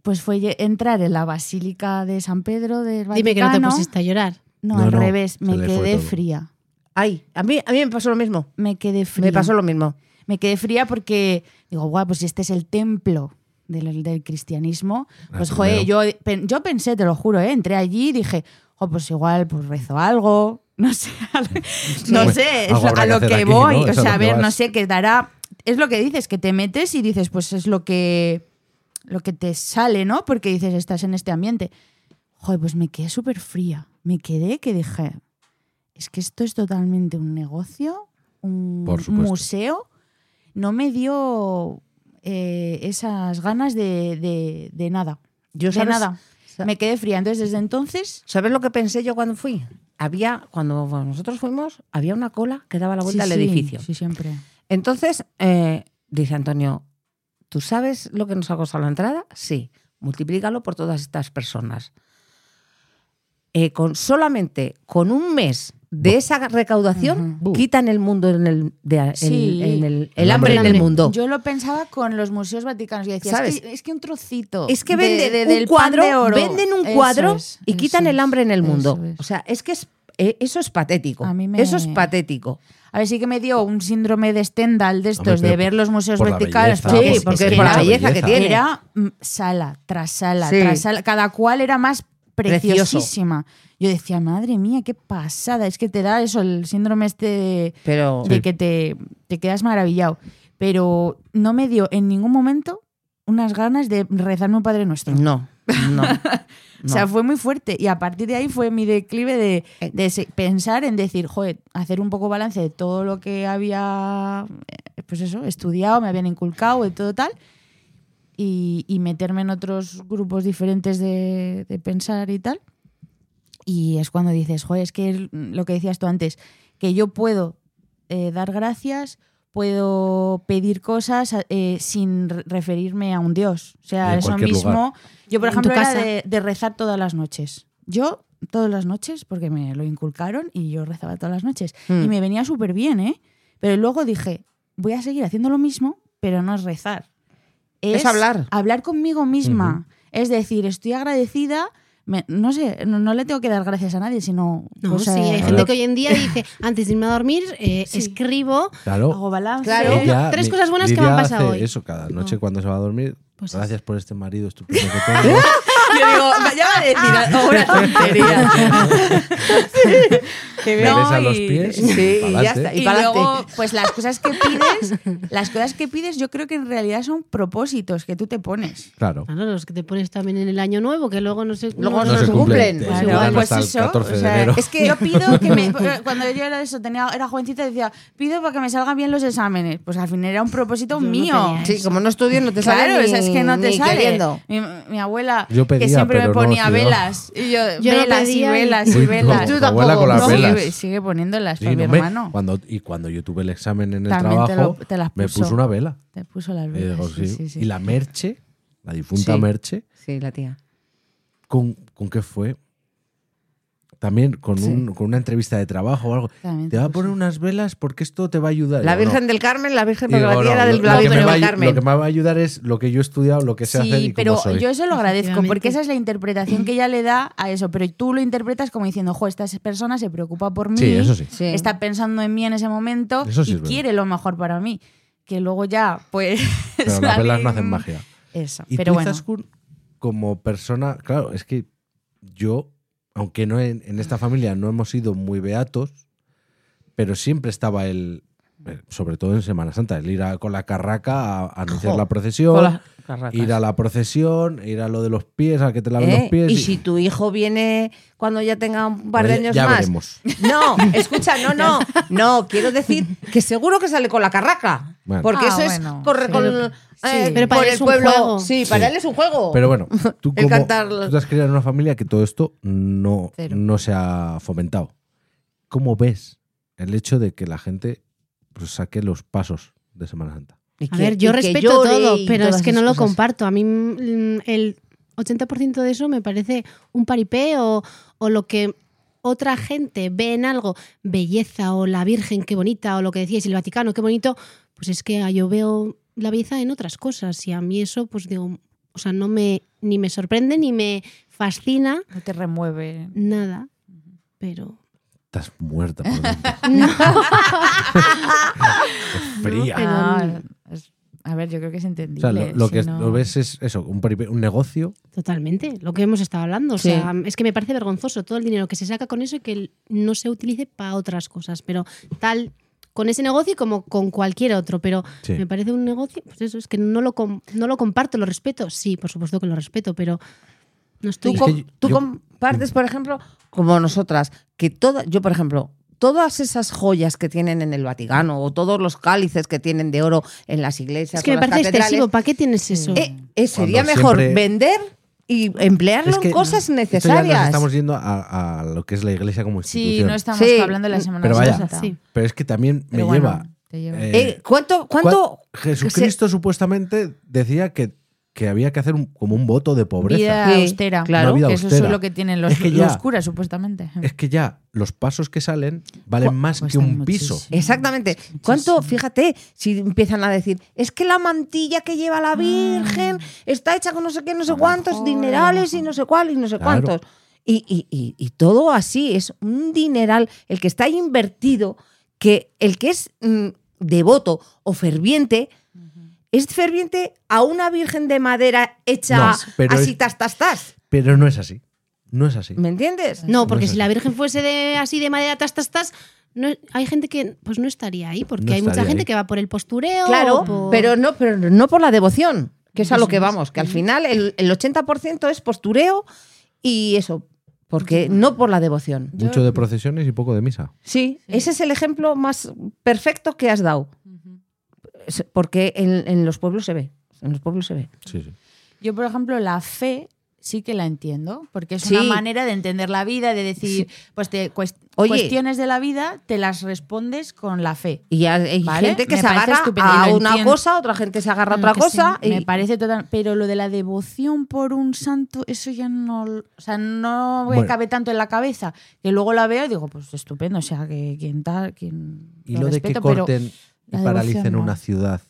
Speaker 3: pues fue ye- entrar en la Basílica de San Pedro del Vaticano.
Speaker 4: Dime que no te pusiste a llorar.
Speaker 3: No,
Speaker 1: No,
Speaker 3: al
Speaker 1: no,
Speaker 3: revés,
Speaker 1: se
Speaker 3: me
Speaker 1: le fue
Speaker 3: quedé
Speaker 1: todo.
Speaker 3: fría.
Speaker 2: Oh. Ay, a mí, a mí me pasó lo mismo.
Speaker 3: Me quedé fría.
Speaker 2: Me pasó lo mismo.
Speaker 3: Me quedé fría porque digo, guau, pues si este es el templo del, del cristianismo,
Speaker 1: Ah,
Speaker 3: pues
Speaker 1: primero.
Speaker 3: joder, yo, pen- yo pensé, te lo juro, ¿eh? entré allí y dije, jo, pues igual, pues rezo algo, no sé, al- no
Speaker 1: Bueno,
Speaker 3: sé, es
Speaker 1: algo
Speaker 3: lo-
Speaker 1: habrá
Speaker 3: a
Speaker 1: que
Speaker 3: lo
Speaker 1: hacer
Speaker 3: que
Speaker 1: aquí, ¿no?
Speaker 3: voy,
Speaker 1: Es a
Speaker 3: o
Speaker 1: lo
Speaker 3: sea, a
Speaker 1: que
Speaker 3: ver, no
Speaker 1: vas.
Speaker 3: sé, qué dará, es lo que dices, que te metes y dices, pues es lo que, lo que te sale, ¿no? Porque dices, estás en este ambiente. Joder, pues me quedé súper fría, me quedé que dije, es que esto es totalmente un negocio, un
Speaker 1: Por supuesto.
Speaker 3: museo. No me dio eh, esas ganas de, de- de nada.
Speaker 2: Yo
Speaker 3: De
Speaker 2: sabes,
Speaker 3: nada. Me quedé fría. Entonces, desde entonces.
Speaker 2: ¿Sabes lo que pensé yo cuando fui? Había, cuando nosotros fuimos, había una cola que daba la vuelta
Speaker 3: Sí,
Speaker 2: al
Speaker 3: sí,
Speaker 2: edificio.
Speaker 3: Sí, siempre.
Speaker 2: Entonces, eh, dice Antonio, ¿tú sabes lo que nos ha costado la entrada? Sí, multiplícalo por todas estas personas. Eh, con, solamente con un mes de esa recaudación
Speaker 1: Ujú.
Speaker 2: quitan el mundo en el, de- el-
Speaker 3: Sí.
Speaker 2: en el- el
Speaker 1: El
Speaker 2: hambre
Speaker 1: hambre.
Speaker 2: en el mundo.
Speaker 3: Yo lo pensaba con los museos vaticanos. Y decía,
Speaker 2: ¿Sabes?
Speaker 3: Es, que, es que un trocito.
Speaker 2: es que
Speaker 3: de-
Speaker 2: venden
Speaker 3: Oh, de-
Speaker 2: un
Speaker 3: del pan
Speaker 2: cuadro,
Speaker 3: de oro".
Speaker 2: venden un
Speaker 3: Eso
Speaker 2: cuadro
Speaker 3: es,
Speaker 2: y
Speaker 3: eso
Speaker 2: quitan el
Speaker 3: es,
Speaker 2: hambre en el
Speaker 3: eso
Speaker 2: mundo.
Speaker 3: es.
Speaker 2: O sea, es que es- eh, eso es patético.
Speaker 3: A mí me-
Speaker 2: Eso es patético.
Speaker 3: A ver, sí que me dio un síndrome de Stendhal de estos,
Speaker 1: Hombre, pero
Speaker 3: de ver los museos
Speaker 1: por la
Speaker 3: verticales.
Speaker 1: belleza, pues,
Speaker 2: Sí, porque
Speaker 1: es
Speaker 3: que
Speaker 1: por la
Speaker 3: era-
Speaker 1: belleza que
Speaker 2: tiene.
Speaker 3: Era mm, sala tras sala,
Speaker 2: Sí.
Speaker 3: tras sala. Cada cual era más
Speaker 2: Precioso.
Speaker 3: preciosísima. Yo decía, madre mía, qué pasada. Es que te da eso, el síndrome este de,
Speaker 2: Pero
Speaker 3: de que te, te quedas maravillado. Pero no me dio en ningún momento unas ganas de rezarme un Padre Nuestro.
Speaker 2: no, no.
Speaker 3: O sea,
Speaker 2: no.
Speaker 3: fue muy fuerte. Y a partir de ahí fue mi declive de,
Speaker 1: Eh.
Speaker 3: de se- pensar en decir, joder, hacer un poco balance de todo lo que había, eh, pues eso, estudiado, me habían inculcado y todo tal. Y, y meterme en otros grupos diferentes de, de pensar y tal. Y es cuando dices, joder, es que el- lo que decías tú antes, que yo puedo eh, dar gracias, puedo pedir cosas eh, sin re- referirme a un dios. O
Speaker 1: Y
Speaker 3: sea,
Speaker 1: en
Speaker 3: eso
Speaker 1: cualquier
Speaker 3: mismo.
Speaker 1: lugar.
Speaker 3: Yo, por
Speaker 4: En tu
Speaker 3: ejemplo, era
Speaker 4: casa.
Speaker 3: de, de rezar todas las noches. Yo, todas las noches, porque me lo inculcaron y yo rezaba todas las noches.
Speaker 2: Mm.
Speaker 3: Y me venía súper bien, ¿eh? Pero luego dije, voy a seguir haciendo lo mismo, pero no es rezar.
Speaker 2: Es hablar.
Speaker 3: Hablar conmigo misma. Es decir, estoy agradecida. me- no sé, no, no le tengo que dar gracias a nadie, sino.
Speaker 4: No,
Speaker 3: o sea,
Speaker 4: sí, hay gente
Speaker 1: Claro.
Speaker 4: que hoy en día dice, antes de irme a dormir, eh,
Speaker 3: Sí.
Speaker 4: escribo
Speaker 1: Claro.
Speaker 3: Hago balance.
Speaker 2: Claro.
Speaker 1: Ella-
Speaker 4: no, tres cosas buenas que me
Speaker 1: Lidia
Speaker 4: han pasado
Speaker 1: hace
Speaker 4: hoy.
Speaker 1: Eso, cada noche
Speaker 3: No.
Speaker 1: cuando se va a dormir.
Speaker 4: Pues
Speaker 1: gracias por este marido estupendo que tengo.
Speaker 3: Yo digo, ya va a decir una
Speaker 2: Ah.
Speaker 3: tontería.
Speaker 1: Me
Speaker 3: No,
Speaker 1: besa los
Speaker 3: y-
Speaker 1: pies.
Speaker 2: sí, y ya
Speaker 1: pa'lante.
Speaker 2: está.
Speaker 3: y
Speaker 2: pa'lante.
Speaker 3: luego, pues las cosas que pides, las cosas que pides, yo creo que en realidad son propósitos que tú te pones.
Speaker 1: Claro.
Speaker 4: Claro, los que te pones también en el año nuevo, que luego no sé.
Speaker 2: Luego
Speaker 1: No
Speaker 2: no
Speaker 1: se
Speaker 2: se
Speaker 1: cumplen.
Speaker 2: cumplen.
Speaker 1: te
Speaker 3: Claro,
Speaker 1: llegan
Speaker 3: pues
Speaker 1: hasta el
Speaker 3: eso,
Speaker 1: 14 de
Speaker 3: o sea,
Speaker 1: enero.
Speaker 3: Es que yo pido que me. eh, Cuando yo era eso, tenía, era jovencita, decía, pido para que me salgan bien los exámenes. Pues al fin era un propósito
Speaker 4: Yo no
Speaker 3: mío.
Speaker 4: tenía
Speaker 2: Sí, como no estudio, no te sale.
Speaker 3: Claro, o sea,
Speaker 2: ni-
Speaker 3: es que no te
Speaker 2: ni
Speaker 3: sale.
Speaker 2: queriendo.
Speaker 3: Mi, mi abuela,
Speaker 1: Yo pedía,
Speaker 3: que siempre me
Speaker 1: pero no
Speaker 3: ponía
Speaker 1: estudiaba.
Speaker 3: velas. Y yo,
Speaker 4: Yo no
Speaker 3: velas y
Speaker 4: pedía y-
Speaker 3: velas
Speaker 1: Uy,
Speaker 3: y
Speaker 1: no,
Speaker 3: velas.
Speaker 1: tu abuela con las
Speaker 3: No,
Speaker 1: velas.
Speaker 3: Sigue, sigue poniéndolas,
Speaker 1: Sí,
Speaker 3: para mi
Speaker 1: no, me-
Speaker 3: hermano.
Speaker 1: cuando, y cuando yo tuve el examen en el
Speaker 3: También te
Speaker 1: trabajo,
Speaker 3: lo- te las
Speaker 1: me
Speaker 3: puso.
Speaker 1: puso una vela.
Speaker 3: Te puso las
Speaker 1: Y,
Speaker 3: velas.
Speaker 1: digo,
Speaker 3: sí,
Speaker 1: sí.
Speaker 3: sí, sí.
Speaker 1: Y la Merche, la difunta
Speaker 2: Sí.
Speaker 1: Merche,
Speaker 2: Sí, la tía.
Speaker 1: ¿con, ¿con qué fue? También con,
Speaker 2: Sí.
Speaker 1: un- con una entrevista de trabajo o algo.
Speaker 3: También
Speaker 1: Te
Speaker 3: te
Speaker 1: va a
Speaker 3: puso.
Speaker 1: poner unas velas porque esto te va a ayudar.
Speaker 2: La
Speaker 1: Digo, no.
Speaker 2: Virgen del Carmen, la Virgen
Speaker 1: Digo,
Speaker 2: porque la
Speaker 1: no,
Speaker 2: tía era del
Speaker 1: lo, lo que
Speaker 2: Virgen
Speaker 1: me va,
Speaker 2: del
Speaker 1: a- lo
Speaker 2: Carmen.
Speaker 1: que me va a ayudar es lo que yo he estudiado, lo que sé hacer y cómo
Speaker 3: Sí, pero
Speaker 1: soy.
Speaker 3: yo eso lo agradezco porque
Speaker 4: Efectivamente.
Speaker 3: esa es la interpretación que ella le da a eso, pero tú lo interpretas como diciendo, jo, esta persona se preocupa por mí,
Speaker 1: Sí, eso sí.
Speaker 2: Sí.
Speaker 3: está pensando en mí en ese momento
Speaker 1: Eso sí
Speaker 3: y
Speaker 1: es verdad.
Speaker 3: quiere lo mejor para mí, que luego ya, pues...
Speaker 1: Pero las
Speaker 3: a
Speaker 1: velas
Speaker 3: mí-
Speaker 1: no hacen magia.
Speaker 3: Eso,
Speaker 1: Y
Speaker 3: pero
Speaker 1: tú,
Speaker 3: bueno.
Speaker 1: Izaskun, como persona, claro, es que yo, aunque no en, en esta familia no hemos sido muy beatos, pero siempre estaba el, eh, sobre todo en Semana Santa, el ir a- con la carraca a, a anunciar
Speaker 2: Jo,
Speaker 1: la
Speaker 2: Con
Speaker 1: procesión,
Speaker 2: las carracas.
Speaker 1: ir a la procesión, ir a lo de los pies, a que te laven
Speaker 2: ¿Eh?
Speaker 1: los pies.
Speaker 2: Y si tu hijo viene cuando ya tenga un par
Speaker 1: Bueno,
Speaker 2: de
Speaker 1: ya-
Speaker 2: años
Speaker 1: ya
Speaker 2: más.
Speaker 1: veremos.
Speaker 2: No, escucha, no, no, no, quiero decir que seguro que sale con la carraca.
Speaker 1: Bueno.
Speaker 2: Porque
Speaker 3: Ah,
Speaker 2: eso es
Speaker 3: bueno,
Speaker 2: corre
Speaker 3: sí.
Speaker 2: con
Speaker 4: Pero-
Speaker 2: eh,
Speaker 3: sí. Pero
Speaker 4: para
Speaker 2: por
Speaker 4: él
Speaker 2: el
Speaker 4: es un
Speaker 2: pueblo.
Speaker 4: juego.
Speaker 2: Sí, para
Speaker 1: Sí.
Speaker 2: él es un
Speaker 3: Oh,
Speaker 2: juego.
Speaker 1: Pero bueno, tú,
Speaker 2: El
Speaker 1: como,
Speaker 2: cantar-
Speaker 1: tú te has criado en una familia que todo esto no,
Speaker 3: Cero.
Speaker 1: no se ha fomentado. ¿Cómo ves el hecho de que la gente pues, saque los pasos de Semana Santa?
Speaker 2: Y
Speaker 4: A
Speaker 2: que-
Speaker 4: ver,
Speaker 2: y
Speaker 4: yo
Speaker 2: que
Speaker 4: respeto
Speaker 2: llore
Speaker 4: todo,
Speaker 2: y
Speaker 4: pero
Speaker 2: todas
Speaker 4: es que no
Speaker 2: esas
Speaker 4: lo
Speaker 2: cosas.
Speaker 4: comparto. A mí mm, el 80% de eso me parece un paripé o, o lo que otra gente ve en algo belleza o la Virgen, qué bonita, o lo que decíais, el Vaticano, qué bonito, pues es que yo veo la belleza en otras cosas y a mí eso, pues digo, o sea, no me, ni me sorprende ni me fascina
Speaker 3: No te remueve.
Speaker 4: nada, pero...
Speaker 1: Estás muerta por dentro.
Speaker 4: No.
Speaker 1: Fría.
Speaker 4: pero-
Speaker 3: Ah, es- a ver, yo creo que es
Speaker 1: o
Speaker 3: entendible.
Speaker 1: sea, lo, lo
Speaker 3: si
Speaker 1: que
Speaker 3: no-
Speaker 1: lo ves es eso, un, peripe- un negocio.
Speaker 4: Totalmente, lo que hemos estado hablando. O
Speaker 2: Sí.
Speaker 4: sea, es que me parece vergonzoso todo el dinero que se saca con eso y que el- no se utilice para otras cosas. Pero tal, con ese negocio y como con cualquier otro. Pero
Speaker 1: Sí.
Speaker 4: me parece un negocio, pues eso, es que no lo, com- no lo comparto, lo respeto. Sí, por supuesto que lo respeto, pero
Speaker 2: Tú,
Speaker 4: no estoy.
Speaker 1: Es
Speaker 2: com-
Speaker 1: que yo-
Speaker 2: tú
Speaker 1: yo-
Speaker 2: compartes, por ejemplo, como nosotras, que toda, yo, por ejemplo, todas esas joyas que tienen en el Vaticano o todos los cálices que tienen de oro en las iglesias
Speaker 4: Es que
Speaker 2: o
Speaker 4: me
Speaker 2: las
Speaker 4: parece
Speaker 2: catedrales,
Speaker 4: excesivo. ¿Para qué tienes eso?
Speaker 2: eh, eh, sería
Speaker 1: Cuando
Speaker 2: mejor
Speaker 1: siempre-
Speaker 2: vender y emplearlo
Speaker 1: Es que
Speaker 2: en cosas
Speaker 1: Esto ya nos
Speaker 2: necesarias.
Speaker 1: estamos yendo a, a lo que es la iglesia como
Speaker 3: Sí,
Speaker 1: institución.
Speaker 3: no estamos
Speaker 2: Sí.
Speaker 3: hablando de la Semana
Speaker 1: Pero vaya.
Speaker 3: Santa.
Speaker 4: Sí.
Speaker 1: Pero es que también me
Speaker 3: Pero bueno,
Speaker 1: lleva.
Speaker 3: te lleva.
Speaker 1: eh,
Speaker 2: Eh, ¿Cuánto, cuánto
Speaker 1: ¿cuál- Jesucristo supuestamente decía que, que había que hacer un- como un voto de pobreza.
Speaker 3: Vida
Speaker 2: Sí,
Speaker 3: austera.
Speaker 2: claro. Una
Speaker 1: vida
Speaker 3: que eso es
Speaker 1: austera.
Speaker 3: lo que tienen los,
Speaker 1: Es que ya-
Speaker 3: los curas, supuestamente.
Speaker 1: Es que ya los pasos que salen valen más que
Speaker 3: cuestan
Speaker 1: un piso.
Speaker 3: muchísimo.
Speaker 2: Exactamente. ¿Cuánto? Fíjate, si empiezan a decir, es que la mantilla que lleva la
Speaker 1: Mm.
Speaker 2: Virgen está hecha con no sé qué, no sé cuántos
Speaker 3: mejor, a lo
Speaker 2: dinerales y no sé cuál y no sé
Speaker 1: Claro.
Speaker 2: cuántos. Y, y- y- y todo así, es un dineral el que está ahí invertido, que el que es mm, devoto o ferviente, es ferviente a una Virgen de madera hecha
Speaker 1: No, pero
Speaker 2: así,
Speaker 1: es-
Speaker 2: tas, tas, tas.
Speaker 1: Pero no es así. No es así.
Speaker 2: ¿Me entiendes?
Speaker 4: No, porque
Speaker 1: No sé.
Speaker 4: si la Virgen fuese de, así de madera, tas, tas, tas. No, hay gente que pues no estaría ahí, porque
Speaker 1: No
Speaker 4: hay mucha
Speaker 1: estaría
Speaker 4: gente
Speaker 1: ahí.
Speaker 4: que va por el postureo.
Speaker 2: Claro,
Speaker 4: o por-
Speaker 2: pero no, pero no por la devoción, que es a lo que
Speaker 4: Eso es.
Speaker 2: vamos, que al final el, el 80% es postureo y eso, porque no por la devoción.
Speaker 1: Mucho de procesiones y poco de misa.
Speaker 2: Sí, ese es el ejemplo más perfecto que has dado, Es- porque en, en los pueblos se ve, en los pueblos se ve.
Speaker 1: Sí, sí.
Speaker 3: Yo, por ejemplo, la fe sí que la entiendo, porque es
Speaker 2: Sí.
Speaker 3: una manera de entender la vida, de decir, pues te cues-
Speaker 2: Oye.
Speaker 3: cuestiones de la vida te las respondes con la fe.
Speaker 2: Y ya- hay
Speaker 3: Vale,
Speaker 2: gente que
Speaker 3: me
Speaker 2: se
Speaker 3: parece
Speaker 2: agarra
Speaker 3: estupendo,
Speaker 2: a
Speaker 3: y lo
Speaker 2: una
Speaker 3: entiendo. Mm,
Speaker 2: cosa, otra gente se agarra a
Speaker 4: Claro
Speaker 2: otra
Speaker 4: que sí,
Speaker 2: cosa y
Speaker 3: Me parece total, pero lo de la devoción por un santo, eso ya no, o sea, no me
Speaker 1: Bueno.
Speaker 3: cabe tanto en la cabeza, que luego la veo y digo, pues estupendo, o sea, que quien tal, quien
Speaker 1: Y lo, de que
Speaker 3: respeto, pero
Speaker 1: corten
Speaker 3: la
Speaker 1: y paralicen
Speaker 3: devoción no.
Speaker 1: una ciudad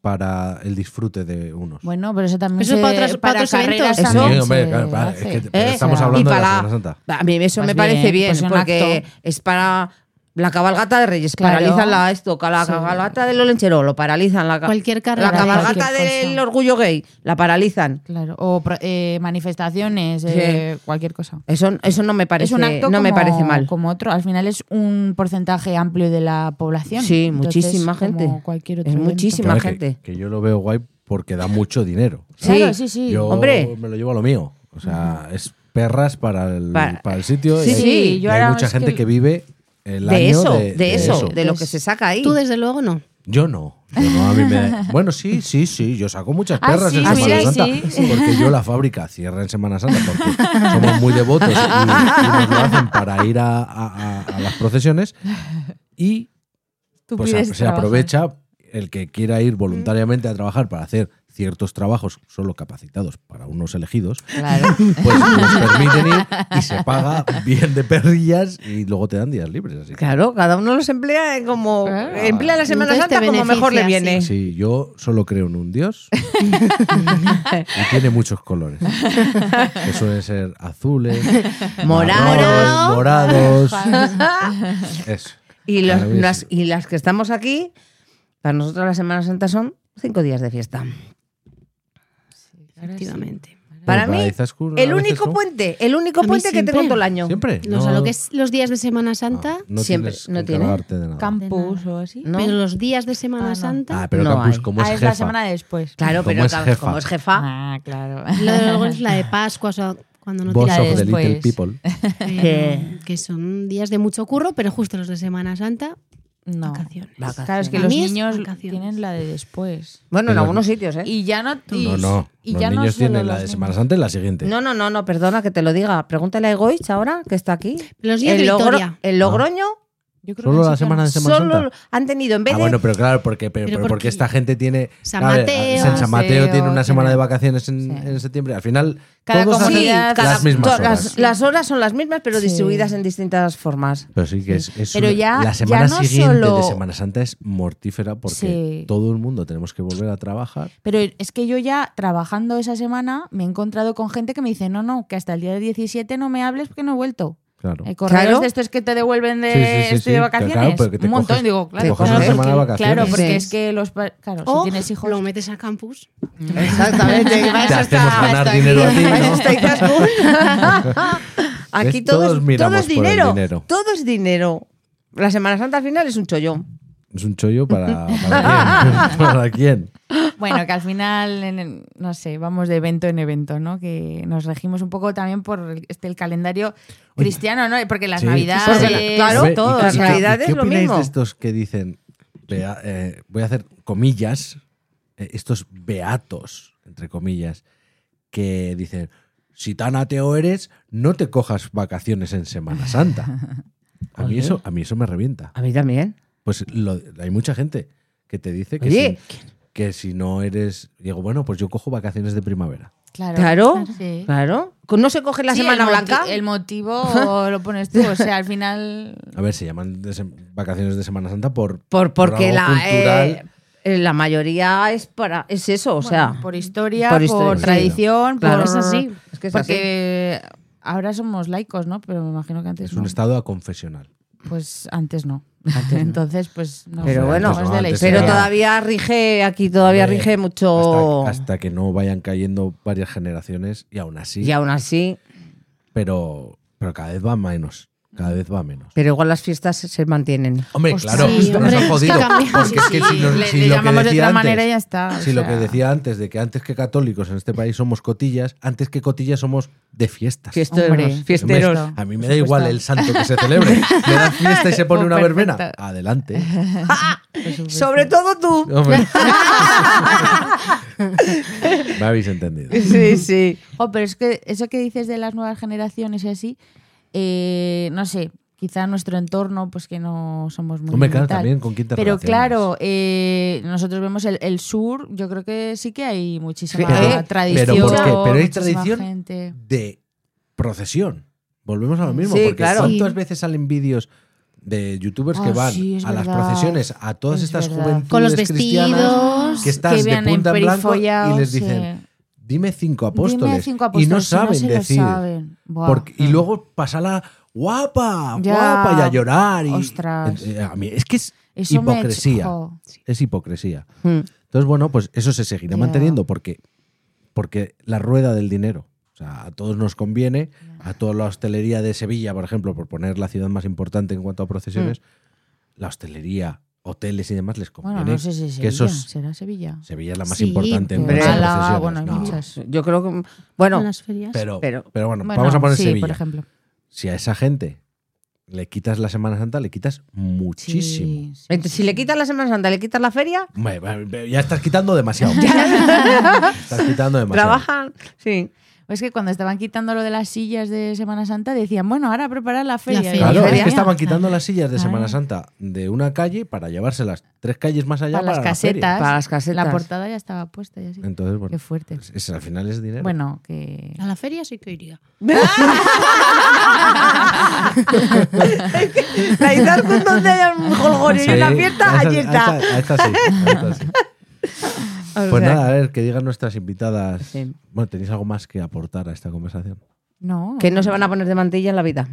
Speaker 1: para el disfrute de unos.
Speaker 3: Bueno, pero eso también
Speaker 4: Eso
Speaker 3: se-
Speaker 4: para otros- para otros
Speaker 3: carreras
Speaker 4: eventos.
Speaker 1: Sí,
Speaker 3: también
Speaker 1: hombre,
Speaker 3: se
Speaker 1: claro, claro, es
Speaker 3: hace.
Speaker 1: que- pero
Speaker 2: Eh,
Speaker 1: estamos
Speaker 3: claro.
Speaker 1: hablando
Speaker 2: Y
Speaker 1: de la
Speaker 2: para-
Speaker 1: Semana Santa.
Speaker 2: a mí eso
Speaker 3: Pues
Speaker 2: me
Speaker 3: bien,
Speaker 2: parece bien,
Speaker 3: pues un
Speaker 2: porque
Speaker 3: acto.
Speaker 2: es para la cabalgata de Reyes,
Speaker 3: Claro.
Speaker 2: paralizan la esto, la
Speaker 3: Sí.
Speaker 2: cabalgata del Olenchero, lo paralizan, la, ca-
Speaker 4: Cualquier carrera,
Speaker 2: la cabalgata
Speaker 3: cualquier cosa.
Speaker 2: del orgullo gay, la paralizan.
Speaker 3: Claro, o pro- eh, manifestaciones, eh, cualquier cosa.
Speaker 2: Eso, eso no me parece,
Speaker 3: es un acto
Speaker 2: no me
Speaker 3: como-
Speaker 2: parece mal.
Speaker 3: como otro. Al final es un porcentaje amplio de la población.
Speaker 2: Sí,
Speaker 3: Entonces,
Speaker 2: muchísima
Speaker 3: como
Speaker 2: gente.
Speaker 3: cualquier
Speaker 2: Es
Speaker 3: otro evento.
Speaker 2: muchísima.
Speaker 1: Claro,
Speaker 2: gente.
Speaker 1: Que, que yo lo veo guay porque da mucho dinero.
Speaker 2: Sí.
Speaker 3: Claro, sí, sí.
Speaker 1: Yo
Speaker 2: Hombre.
Speaker 1: me lo llevo a lo mío. O sea, es perras para el,
Speaker 2: Pa-
Speaker 1: para, el sitio.
Speaker 2: Sí,
Speaker 1: y hay,
Speaker 2: sí,
Speaker 1: y
Speaker 3: yo
Speaker 1: eh, hay
Speaker 3: ahora
Speaker 1: mucha
Speaker 3: es
Speaker 1: gente que,
Speaker 3: que-
Speaker 1: vive el
Speaker 2: de
Speaker 1: año
Speaker 2: eso,
Speaker 1: de,
Speaker 2: de,
Speaker 1: de
Speaker 2: eso, de lo que
Speaker 3: Pues
Speaker 2: se saca ahí.
Speaker 4: Tú, desde luego, no.
Speaker 1: Yo no. Yo no, a mí me- Bueno, sí, sí, sí. Yo saco muchas
Speaker 3: Ah,
Speaker 1: perras
Speaker 3: sí,
Speaker 1: en
Speaker 3: ah,
Speaker 1: Semana
Speaker 3: sí,
Speaker 1: Santa.
Speaker 3: sí.
Speaker 1: Porque yo la fábrica cierra en Semana Santa porque somos muy devotos y, y nos lo hacen para ir a, a- a- a las procesiones. Y
Speaker 3: Tú
Speaker 1: pues,
Speaker 3: pides
Speaker 1: a- se
Speaker 3: trabajar.
Speaker 1: aprovecha el que quiera ir voluntariamente a trabajar para hacer ciertos trabajos solo capacitados para unos elegidos,
Speaker 3: Claro.
Speaker 1: pues nos permiten ir y se paga bien de perrillas y luego te dan días libres. Así que-
Speaker 2: Claro, cada uno los emplea en como
Speaker 3: Claro.
Speaker 2: emplea la Semana
Speaker 4: Entonces te
Speaker 2: Santa como mejor le
Speaker 4: beneficia,
Speaker 2: viene.
Speaker 1: Sí, yo solo creo en un dios y tiene muchos colores. Que suelen ser azules, marrones,
Speaker 2: Morado.
Speaker 1: morados. Eso.
Speaker 2: Y, los-
Speaker 1: Claro que
Speaker 2: las,
Speaker 1: sí.
Speaker 2: y las que estamos aquí, para nosotros la Semana Santa son cinco días de fiesta.
Speaker 4: Efectivamente.
Speaker 2: Para
Speaker 1: Pero
Speaker 2: mí,
Speaker 1: Izaskun, Pues a
Speaker 2: El
Speaker 1: veces
Speaker 2: único
Speaker 1: no.
Speaker 2: puente, el único
Speaker 4: A mí
Speaker 2: puente que
Speaker 4: siempre.
Speaker 2: tengo todo el año.
Speaker 1: Siempre.
Speaker 4: Los, a lo que es los días de Semana Santa,
Speaker 1: Ah, no
Speaker 2: Siempre,
Speaker 1: tienes
Speaker 2: no
Speaker 1: que
Speaker 2: tiene.
Speaker 1: encargarte de nada.
Speaker 3: Campus o así.
Speaker 2: ¿no?
Speaker 4: pero los días de
Speaker 3: Ah,
Speaker 4: Semana
Speaker 3: no.
Speaker 4: Santa,
Speaker 1: Ah, pero
Speaker 2: No
Speaker 1: Campus,
Speaker 2: hay.
Speaker 1: como es
Speaker 3: ah, es
Speaker 1: jefa.
Speaker 3: la semana después.
Speaker 2: Claro,
Speaker 1: Como
Speaker 2: pero
Speaker 1: es
Speaker 2: claro,
Speaker 1: jefa.
Speaker 2: como es jefa,
Speaker 3: Ah, claro.
Speaker 4: lo de luego es la de Pascua, o sea, cuando no
Speaker 1: Boss
Speaker 3: tira
Speaker 1: of the
Speaker 3: después.
Speaker 1: Little People.
Speaker 4: Eh, que son días de mucho curro, pero justo los de Semana Santa,
Speaker 3: No.
Speaker 4: vacaciones.
Speaker 2: Vacaciones.
Speaker 3: Claro, es que
Speaker 4: A
Speaker 3: los
Speaker 4: mí es
Speaker 3: niños
Speaker 4: vacaciones.
Speaker 3: tienen la de después.
Speaker 2: Bueno, en
Speaker 1: Pero-
Speaker 2: algunos sitios, ¿eh?
Speaker 3: Y ya no. Y,
Speaker 1: No, no.
Speaker 3: y
Speaker 1: los
Speaker 3: ya no
Speaker 1: niños
Speaker 3: solo
Speaker 1: tienen la
Speaker 3: los
Speaker 1: de
Speaker 3: niños.
Speaker 1: Semana Santa y la siguiente.
Speaker 2: No, no, no, no, perdona que te lo diga. Pregúntale a Egoich ahora que está aquí.
Speaker 4: Los días de
Speaker 1: Ah.
Speaker 2: Logro-
Speaker 4: Victoria.
Speaker 2: el Logroño
Speaker 3: Yo creo
Speaker 1: Solo
Speaker 3: que
Speaker 1: la
Speaker 3: sí que
Speaker 1: semana de Semana Santa.
Speaker 2: Solo han tenido, en vez
Speaker 1: Ah,
Speaker 2: de
Speaker 1: bueno, pero claro, porque, pero,
Speaker 4: Pero
Speaker 1: pero porque
Speaker 4: porque-
Speaker 1: esta gente tiene.
Speaker 4: San
Speaker 1: claro,
Speaker 4: Mateo,
Speaker 1: San San Mateo
Speaker 3: Mateo,
Speaker 1: tiene una semana
Speaker 3: tiene-
Speaker 1: de vacaciones en,
Speaker 3: sí.
Speaker 1: en septiembre. Al final,
Speaker 3: Cada
Speaker 1: todos hacen
Speaker 3: comunidad-
Speaker 2: cada-
Speaker 1: las mismas
Speaker 2: todas
Speaker 1: horas.
Speaker 2: las- las horas son las mismas, pero
Speaker 3: Sí.
Speaker 2: distribuidas en distintas formas.
Speaker 1: Pero sí que es, es
Speaker 2: Pero
Speaker 1: una-
Speaker 2: ya-
Speaker 1: la semana
Speaker 3: ya no
Speaker 1: siguiente de
Speaker 3: solo-
Speaker 1: Semana Santa es mortífera porque
Speaker 3: Sí.
Speaker 1: todo el mundo tenemos que volver a trabajar.
Speaker 3: Pero es que yo ya trabajando esa semana me he encontrado con gente que me dice, no, no, que hasta el día 17 no me hables porque no he vuelto.
Speaker 1: Claro.
Speaker 3: Hay correos
Speaker 2: Claro.
Speaker 3: de estos que te devuelven de,
Speaker 1: Sí, sí, sí,
Speaker 3: estoy de
Speaker 1: sí.
Speaker 3: vacaciones.
Speaker 1: Claro, pero que te
Speaker 3: Un montón,
Speaker 1: coges-
Speaker 3: digo, claro.
Speaker 1: te coges
Speaker 3: claro,
Speaker 1: una semana de
Speaker 3: porque-
Speaker 1: vacaciones.
Speaker 3: Claro, porque
Speaker 2: Sí. Oh,
Speaker 3: es que los... pa- Claro,
Speaker 4: O
Speaker 3: si tienes hijos...
Speaker 4: lo metes a campus.
Speaker 2: Exactamente. que para
Speaker 1: Te
Speaker 2: eso
Speaker 1: hacemos
Speaker 2: está-
Speaker 1: ganar
Speaker 2: está
Speaker 1: dinero
Speaker 2: aquí.
Speaker 1: a ti, ¿no?
Speaker 2: Para eso está Izaskun. Aquí
Speaker 1: ¿Ves?
Speaker 2: todo,
Speaker 1: Todos
Speaker 2: es-
Speaker 1: miramos
Speaker 2: todo es
Speaker 1: por el
Speaker 2: dinero,
Speaker 1: dinero.
Speaker 2: Todo es dinero. La Semana Santa al final es un chollón.
Speaker 1: Es un chollo para, para quién. ¿Para quién?
Speaker 3: Bueno, que al final, en el- no sé, vamos de evento en evento, ¿no? Que nos regimos un poco también por el- este, el calendario cristiano, ¿no? Porque las
Speaker 1: Sí.
Speaker 3: navidades,
Speaker 2: Porque la- claro,
Speaker 1: Hombre,
Speaker 2: todo,
Speaker 1: ¿y qué-
Speaker 2: las
Speaker 1: y qué-
Speaker 2: navidades
Speaker 1: ¿Qué
Speaker 2: lo
Speaker 1: opináis
Speaker 2: mismo.
Speaker 1: de estos que dicen, bea- eh, voy a hacer comillas, eh, estos beatos, entre comillas, que dicen, si tan ateo eres, no te cojas vacaciones en Semana Santa. A mí,
Speaker 2: Oye.
Speaker 1: eso, a mí eso me revienta.
Speaker 2: A mí también.
Speaker 1: Pues lo- hay mucha gente que te dice que,
Speaker 2: Oye.
Speaker 1: si, que si no eres... Digo, bueno, pues yo cojo vacaciones de primavera.
Speaker 3: claro.
Speaker 2: Claro,
Speaker 3: Sí.
Speaker 2: claro. ¿No se coge la
Speaker 3: Sí,
Speaker 2: Semana
Speaker 3: el moti-
Speaker 2: Blanca?
Speaker 3: El motivo lo pones tú, o sea, al final...
Speaker 1: A ver, se llaman de sem- vacaciones de Semana Santa por...
Speaker 2: Por, porque
Speaker 1: algo
Speaker 2: la,
Speaker 1: cultural.
Speaker 2: eh, eh, la mayoría es para es eso, o sea.
Speaker 3: por historia,
Speaker 2: Ah. por
Speaker 3: por,
Speaker 2: historia, sí.
Speaker 3: tradición,
Speaker 2: Claro,
Speaker 3: por...
Speaker 4: es así.
Speaker 2: es que es así.
Speaker 3: Porque ahora somos laicos, ¿no? Pero me imagino que antes
Speaker 1: Es un
Speaker 3: no.
Speaker 1: estado a confesional.
Speaker 3: Pues antes no.
Speaker 2: Antes no.
Speaker 3: Entonces, pues no.
Speaker 2: Pero
Speaker 3: sé,
Speaker 2: bueno,
Speaker 3: no es de la
Speaker 1: antes
Speaker 3: historia.
Speaker 2: Pero
Speaker 1: era-
Speaker 2: todavía rige, aquí todavía
Speaker 1: Hombre,
Speaker 2: rige mucho.
Speaker 1: Hasta, hasta que no vayan cayendo varias generaciones y aún así.
Speaker 2: Y aún así,
Speaker 1: Pero, pero cada vez va menos. Cada vez va menos.
Speaker 2: pero igual las fiestas se mantienen.
Speaker 1: Hombre,
Speaker 4: Hostia,
Speaker 1: claro,
Speaker 4: sí,
Speaker 1: nos
Speaker 4: hombre,
Speaker 1: han jodido.
Speaker 4: es que ha cambiado.
Speaker 1: Porque es que si, nos-
Speaker 3: le,
Speaker 1: si
Speaker 3: le
Speaker 1: lo que
Speaker 3: llamamos de
Speaker 1: decía
Speaker 3: otra
Speaker 1: antes-
Speaker 3: manera y ya está. o
Speaker 1: si lo que
Speaker 3: sea.
Speaker 1: decía antes de que antes que católicos en este país somos cotillas, antes que cotillas somos de fiestas.
Speaker 2: Fiesteros,
Speaker 3: Hombre,
Speaker 2: fiesteros.
Speaker 3: hombre,
Speaker 1: A mí me
Speaker 3: Por
Speaker 1: da igual
Speaker 3: supuesto.
Speaker 1: el santo que se celebre. Me da fiesta y se pone
Speaker 3: Oh,
Speaker 1: una verbena.
Speaker 3: perfecto.
Speaker 1: Adelante.
Speaker 2: Sobre todo tú.
Speaker 1: Hombre. me habéis entendido.
Speaker 2: Sí, sí.
Speaker 3: Oh, pero es que eso que dices de las nuevas generaciones y así, eh, no sé, quizá nuestro entorno, pues que no somos muy.
Speaker 1: Hombre, claro,
Speaker 3: tal.
Speaker 1: también con quién te
Speaker 3: Pero
Speaker 1: relacionas.
Speaker 3: claro, eh, nosotros vemos el, el sur, yo creo que sí que hay muchísima
Speaker 1: Sí, pero-
Speaker 3: tradición.
Speaker 1: pero ¿por qué? Pero hay
Speaker 3: muchísima
Speaker 1: tradición
Speaker 3: gente.
Speaker 1: de procesión. Volvemos a lo mismo,
Speaker 2: Sí,
Speaker 1: porque
Speaker 2: claro.
Speaker 1: ¿cuántas
Speaker 4: Sí.
Speaker 1: veces salen vídeos de youtubers
Speaker 3: Ah,
Speaker 1: que van
Speaker 3: sí, es
Speaker 1: a las
Speaker 3: verdad.
Speaker 1: procesiones, a todas
Speaker 3: Es
Speaker 1: estas
Speaker 3: verdad.
Speaker 1: juventudes
Speaker 4: Con los
Speaker 1: cristianas
Speaker 4: vestidos.
Speaker 1: que estás de
Speaker 3: vean
Speaker 1: punta en blanco
Speaker 3: emperifollados,
Speaker 1: y les
Speaker 3: sí.
Speaker 1: dicen, dime cinco apóstoles,
Speaker 3: Dime cinco apóstoles
Speaker 1: y no
Speaker 3: si no
Speaker 1: saben
Speaker 3: se lo
Speaker 1: decir.
Speaker 3: saben. Buah.
Speaker 1: Porque- y luego pasala guapa,
Speaker 3: Ya.
Speaker 1: guapa y a llorar. Y,
Speaker 3: Ostras.
Speaker 1: Eh, a mí, es que es
Speaker 3: Eso me ha hecho-
Speaker 1: hipocresía.
Speaker 3: jo.
Speaker 1: Es hipocresía.
Speaker 2: Mm.
Speaker 1: Entonces, bueno, pues eso se seguirá
Speaker 3: Ya.
Speaker 1: manteniendo porque, porque la rueda del dinero. O sea, a todos nos conviene, a toda la hostelería de Sevilla, por ejemplo, por poner la ciudad más importante en cuanto a procesiones, la hostelería, hoteles y demás les conviene.
Speaker 3: Mm. Bueno, no sé si
Speaker 1: que
Speaker 3: Sevilla.
Speaker 1: esos-
Speaker 3: ¿Será Sevilla?
Speaker 1: Sevilla es la más
Speaker 4: Sí,
Speaker 1: importante en
Speaker 2: pero-
Speaker 1: cuanto a
Speaker 2: Málaga,
Speaker 1: procesiones.
Speaker 3: bueno, hay
Speaker 1: No,
Speaker 3: muchas.
Speaker 2: Yo creo que. Bueno,
Speaker 4: en las ferias.
Speaker 1: Pero, pero,
Speaker 2: Pero-
Speaker 1: bueno,
Speaker 3: Bueno,
Speaker 1: vamos a poner
Speaker 3: sí, por
Speaker 1: Sevilla.
Speaker 3: ejemplo.
Speaker 1: Si a esa gente le quitas la Semana Santa, le quitas muchísimo.
Speaker 3: Sí, sí,
Speaker 2: entonces, si le quitas la Semana Santa, le quitas la feria,
Speaker 1: Hombre, Ya estás quitando demasiado. estás quitando demasiado.
Speaker 2: trabajan. Sí.
Speaker 3: Es que cuando estaban quitando lo de las sillas de Semana Santa decían, bueno, ahora preparar la feria.
Speaker 4: feria.
Speaker 3: Y
Speaker 1: Claro,
Speaker 3: madre
Speaker 1: es que
Speaker 3: mía,
Speaker 1: estaban quitando las sillas
Speaker 2: Ah.
Speaker 1: de Semana
Speaker 3: Ay.
Speaker 1: Santa de una calle para llevárselas tres calles más allá
Speaker 3: para
Speaker 1: para,
Speaker 3: las
Speaker 1: la feria.
Speaker 3: casetas.
Speaker 2: Para las casetas.
Speaker 3: La portada ya estaba puesta y así.
Speaker 1: Entonces, bueno,
Speaker 3: Qué fuerte.
Speaker 1: es- es- al final es dinero.
Speaker 3: Bueno, que...
Speaker 4: A la feria sí que iría.
Speaker 2: La Izaskun, donde haya un jolgorio
Speaker 1: Sí,
Speaker 2: y una
Speaker 1: a
Speaker 2: fiesta,
Speaker 1: esta-
Speaker 2: allí
Speaker 1: A
Speaker 2: está.
Speaker 1: esta, a esta sí. a esta sí.
Speaker 2: O
Speaker 1: Pues
Speaker 2: sea,
Speaker 1: nada, a ver, que digan nuestras invitadas.
Speaker 2: Sí.
Speaker 1: Bueno, ¿tenéis algo más que aportar a esta conversación?
Speaker 3: No.
Speaker 2: Que no se van a poner de mantilla en la vida.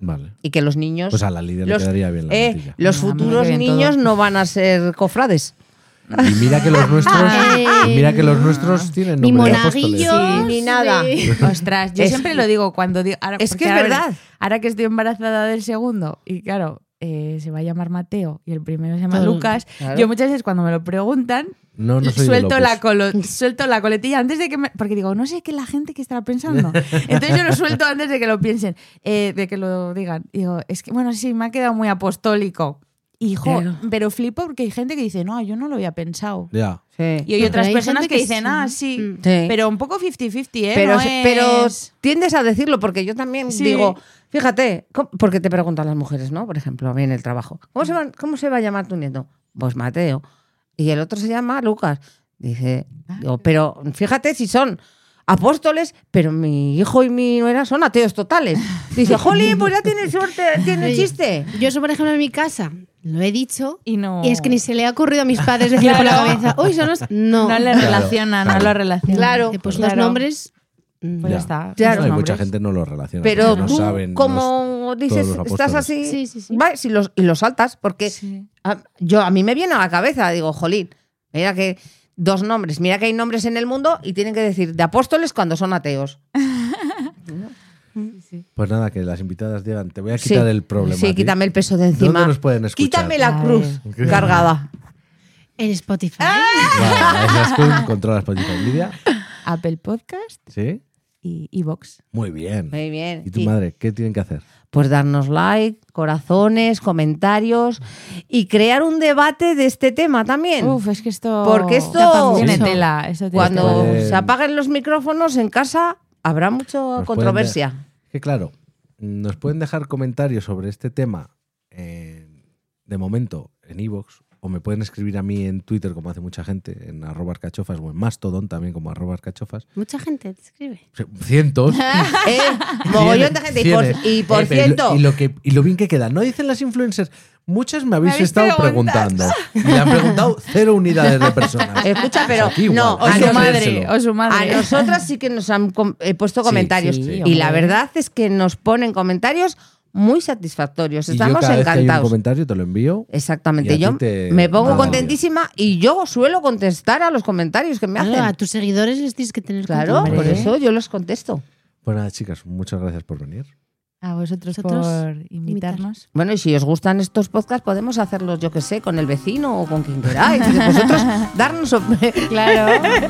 Speaker 1: Vale.
Speaker 2: Y que los niños.
Speaker 1: Pues a la líder
Speaker 2: los,
Speaker 1: le quedaría bien la
Speaker 2: eh,
Speaker 1: mantilla.
Speaker 2: los
Speaker 3: A mí me
Speaker 2: futuros
Speaker 3: queda Ah, bien
Speaker 2: niños no van a ser cofrades.
Speaker 1: Y mira que los nuestros,
Speaker 4: Eh,
Speaker 1: mira que los nuestros tienen
Speaker 4: Ni
Speaker 1: nombre de apóstoles.
Speaker 4: monaguillos.
Speaker 2: Sí, ni nada.
Speaker 4: ni-
Speaker 3: Ostras, yo
Speaker 2: Es-
Speaker 3: siempre lo digo cuando digo... Ahora,
Speaker 2: Es
Speaker 3: porque
Speaker 2: que es
Speaker 3: ahora-
Speaker 2: verdad.
Speaker 3: Ahora que estoy embarazada del segundo y claro, eh, se va a llamar Mateo y el primero se llama
Speaker 4: Todo.
Speaker 3: Lucas,
Speaker 2: Claro.
Speaker 3: yo muchas veces cuando me lo preguntan
Speaker 1: No, no soy del
Speaker 3: suelto,
Speaker 1: Opus.
Speaker 3: la colo- suelto la coletilla antes de que me... Porque digo, no sé qué la gente que estará pensando. Entonces yo lo suelto antes de que lo piensen, eh, de que lo digan. Y digo, es que, bueno, sí, me ha quedado muy apostólico. Y, jo,
Speaker 2: Claro.
Speaker 3: pero flipo porque hay gente que dice, no, yo no lo había pensado.
Speaker 1: Ya.
Speaker 2: Sí.
Speaker 3: Y hay otras
Speaker 4: hay
Speaker 3: personas que
Speaker 4: gente que
Speaker 3: dicen,
Speaker 4: sí.
Speaker 3: ah, sí.
Speaker 4: Mm.
Speaker 2: Sí.
Speaker 3: Pero un poco 50-50, ¿eh?
Speaker 2: pero,
Speaker 3: No
Speaker 2: pero
Speaker 3: es-
Speaker 2: tiendes a decirlo porque yo también
Speaker 3: Sí.
Speaker 2: digo, fíjate, ¿cómo- porque te preguntan las mujeres, ¿no? Por ejemplo, a mí en el trabajo, ¿cómo se, va, cómo se va a llamar tu nieto? Pues Mateo. Y el otro se llama Lucas. Dice, digo, pero fíjate si son apóstoles, pero mi hijo y mi nuera son ateos totales. Dice, jolín, pues ya tiene suerte, tiene
Speaker 4: Oye.
Speaker 2: chiste.
Speaker 4: Yo, eso, por ejemplo, en mi casa, lo he dicho,
Speaker 5: Y no.
Speaker 4: y es que ni se le ha ocurrido a mis padres decirlo por la
Speaker 5: Claro.
Speaker 4: cabeza. Uy, son los. No.
Speaker 5: No le relaciona, no lo relaciona.
Speaker 4: Claro. Pues los
Speaker 5: Claro.
Speaker 4: nombres. mm,
Speaker 5: Pues
Speaker 1: Ya.
Speaker 5: ya está.
Speaker 2: Claro.
Speaker 1: No,
Speaker 5: los
Speaker 1: y mucha
Speaker 5: nombres.
Speaker 1: gente no lo relaciona.
Speaker 2: Pero
Speaker 1: porque no
Speaker 2: tú,
Speaker 1: saben. no-
Speaker 2: como dices,
Speaker 1: todos los
Speaker 2: estás
Speaker 1: apóstoles.
Speaker 2: así,
Speaker 4: Sí, sí, sí.
Speaker 2: vas y los, y los saltas, porque
Speaker 5: Sí.
Speaker 2: A- Ah, yo a mí me viene a la cabeza, digo, jolín, mira que dos nombres, mira que hay nombres en el mundo y tienen que decir de apóstoles cuando son ateos.
Speaker 1: Pues nada, que las invitadas digan, te voy a quitar Pues el problema. a
Speaker 2: Sí,
Speaker 1: ti".
Speaker 2: quítame el peso de
Speaker 1: ¿Dónde
Speaker 2: encima.
Speaker 1: nos pueden escuchar?
Speaker 2: Quítame la
Speaker 5: A
Speaker 2: cruz
Speaker 1: ver.
Speaker 2: cargada.
Speaker 4: En Spotify.
Speaker 1: Vale, esas con- controlas Spotify Lidia.
Speaker 3: Apple Podcast
Speaker 1: ¿Sí?
Speaker 3: y, y Vox.
Speaker 1: Muy bien.
Speaker 2: Muy bien.
Speaker 1: ¿Y tu
Speaker 2: Y,
Speaker 1: madre? ¿Qué tienen que hacer?
Speaker 2: pues darnos like, corazones, comentarios y crear un debate de este tema también.
Speaker 3: Uf, es que esto...
Speaker 2: Porque esto-
Speaker 3: tapa mucho.
Speaker 5: Tiene
Speaker 1: Eso.
Speaker 5: tela. Eso tiene
Speaker 2: cuando
Speaker 5: tela.
Speaker 1: pueden-
Speaker 2: se apaguen los micrófonos en casa habrá mucha
Speaker 1: Nos
Speaker 2: controversia.
Speaker 1: pueden de- Que claro, nos pueden dejar comentarios sobre este tema eh, de momento en iVoox o me pueden escribir a mí en Twitter, como hace mucha gente, en arroba arcachofas o en Mastodon también como arroba arcachofas.
Speaker 4: Mucha gente te escribe.
Speaker 1: O sea, Cientos.
Speaker 2: Eh, mogollón de
Speaker 1: Cienes,
Speaker 2: gente. Y por,
Speaker 1: cienes.
Speaker 2: y por
Speaker 1: Eh, pero
Speaker 2: cierto,
Speaker 1: lo- Y lo, que, y lo bien que queda. No dicen las influencers. Muchas me habéis,
Speaker 5: habéis
Speaker 1: estado preguntando. Y le han preguntado cero unidades de personas.
Speaker 2: Escucha, pero
Speaker 1: Aquí igual,
Speaker 2: no,
Speaker 1: hay
Speaker 5: O
Speaker 2: a
Speaker 1: que
Speaker 5: su
Speaker 2: los-
Speaker 5: madre.
Speaker 1: hacérselo.
Speaker 5: O su
Speaker 2: A
Speaker 5: madre.
Speaker 2: nosotras sí que nos han com- eh, puesto
Speaker 1: Sí,
Speaker 2: comentarios.
Speaker 1: sí,
Speaker 2: y
Speaker 1: hombre.
Speaker 2: la verdad es que nos ponen comentarios muy satisfactorios.
Speaker 1: Y yo cada
Speaker 2: Estamos
Speaker 1: vez que hay un
Speaker 2: encantados.
Speaker 1: comentario te lo envío. Y a
Speaker 2: Exactamente.
Speaker 1: ti
Speaker 2: Yo
Speaker 1: te-
Speaker 2: me pongo
Speaker 1: Madre
Speaker 2: contentísima y yo suelo contestar a los comentarios que me
Speaker 4: Claro, a
Speaker 2: hacen.
Speaker 4: tus seguidores les tienes que tener
Speaker 2: Claro,
Speaker 4: contento.
Speaker 2: por
Speaker 1: Hombre.
Speaker 2: eso yo los contesto.
Speaker 1: Pues nada, chicas, muchas gracias por venir.
Speaker 3: A vosotros,
Speaker 4: Vosotros
Speaker 3: por invitarnos.
Speaker 2: Bueno, y si os gustan estos podcasts, podemos hacerlos, yo que sé, con el vecino o con quien queráis. Vosotros darnos op-
Speaker 3: Claro.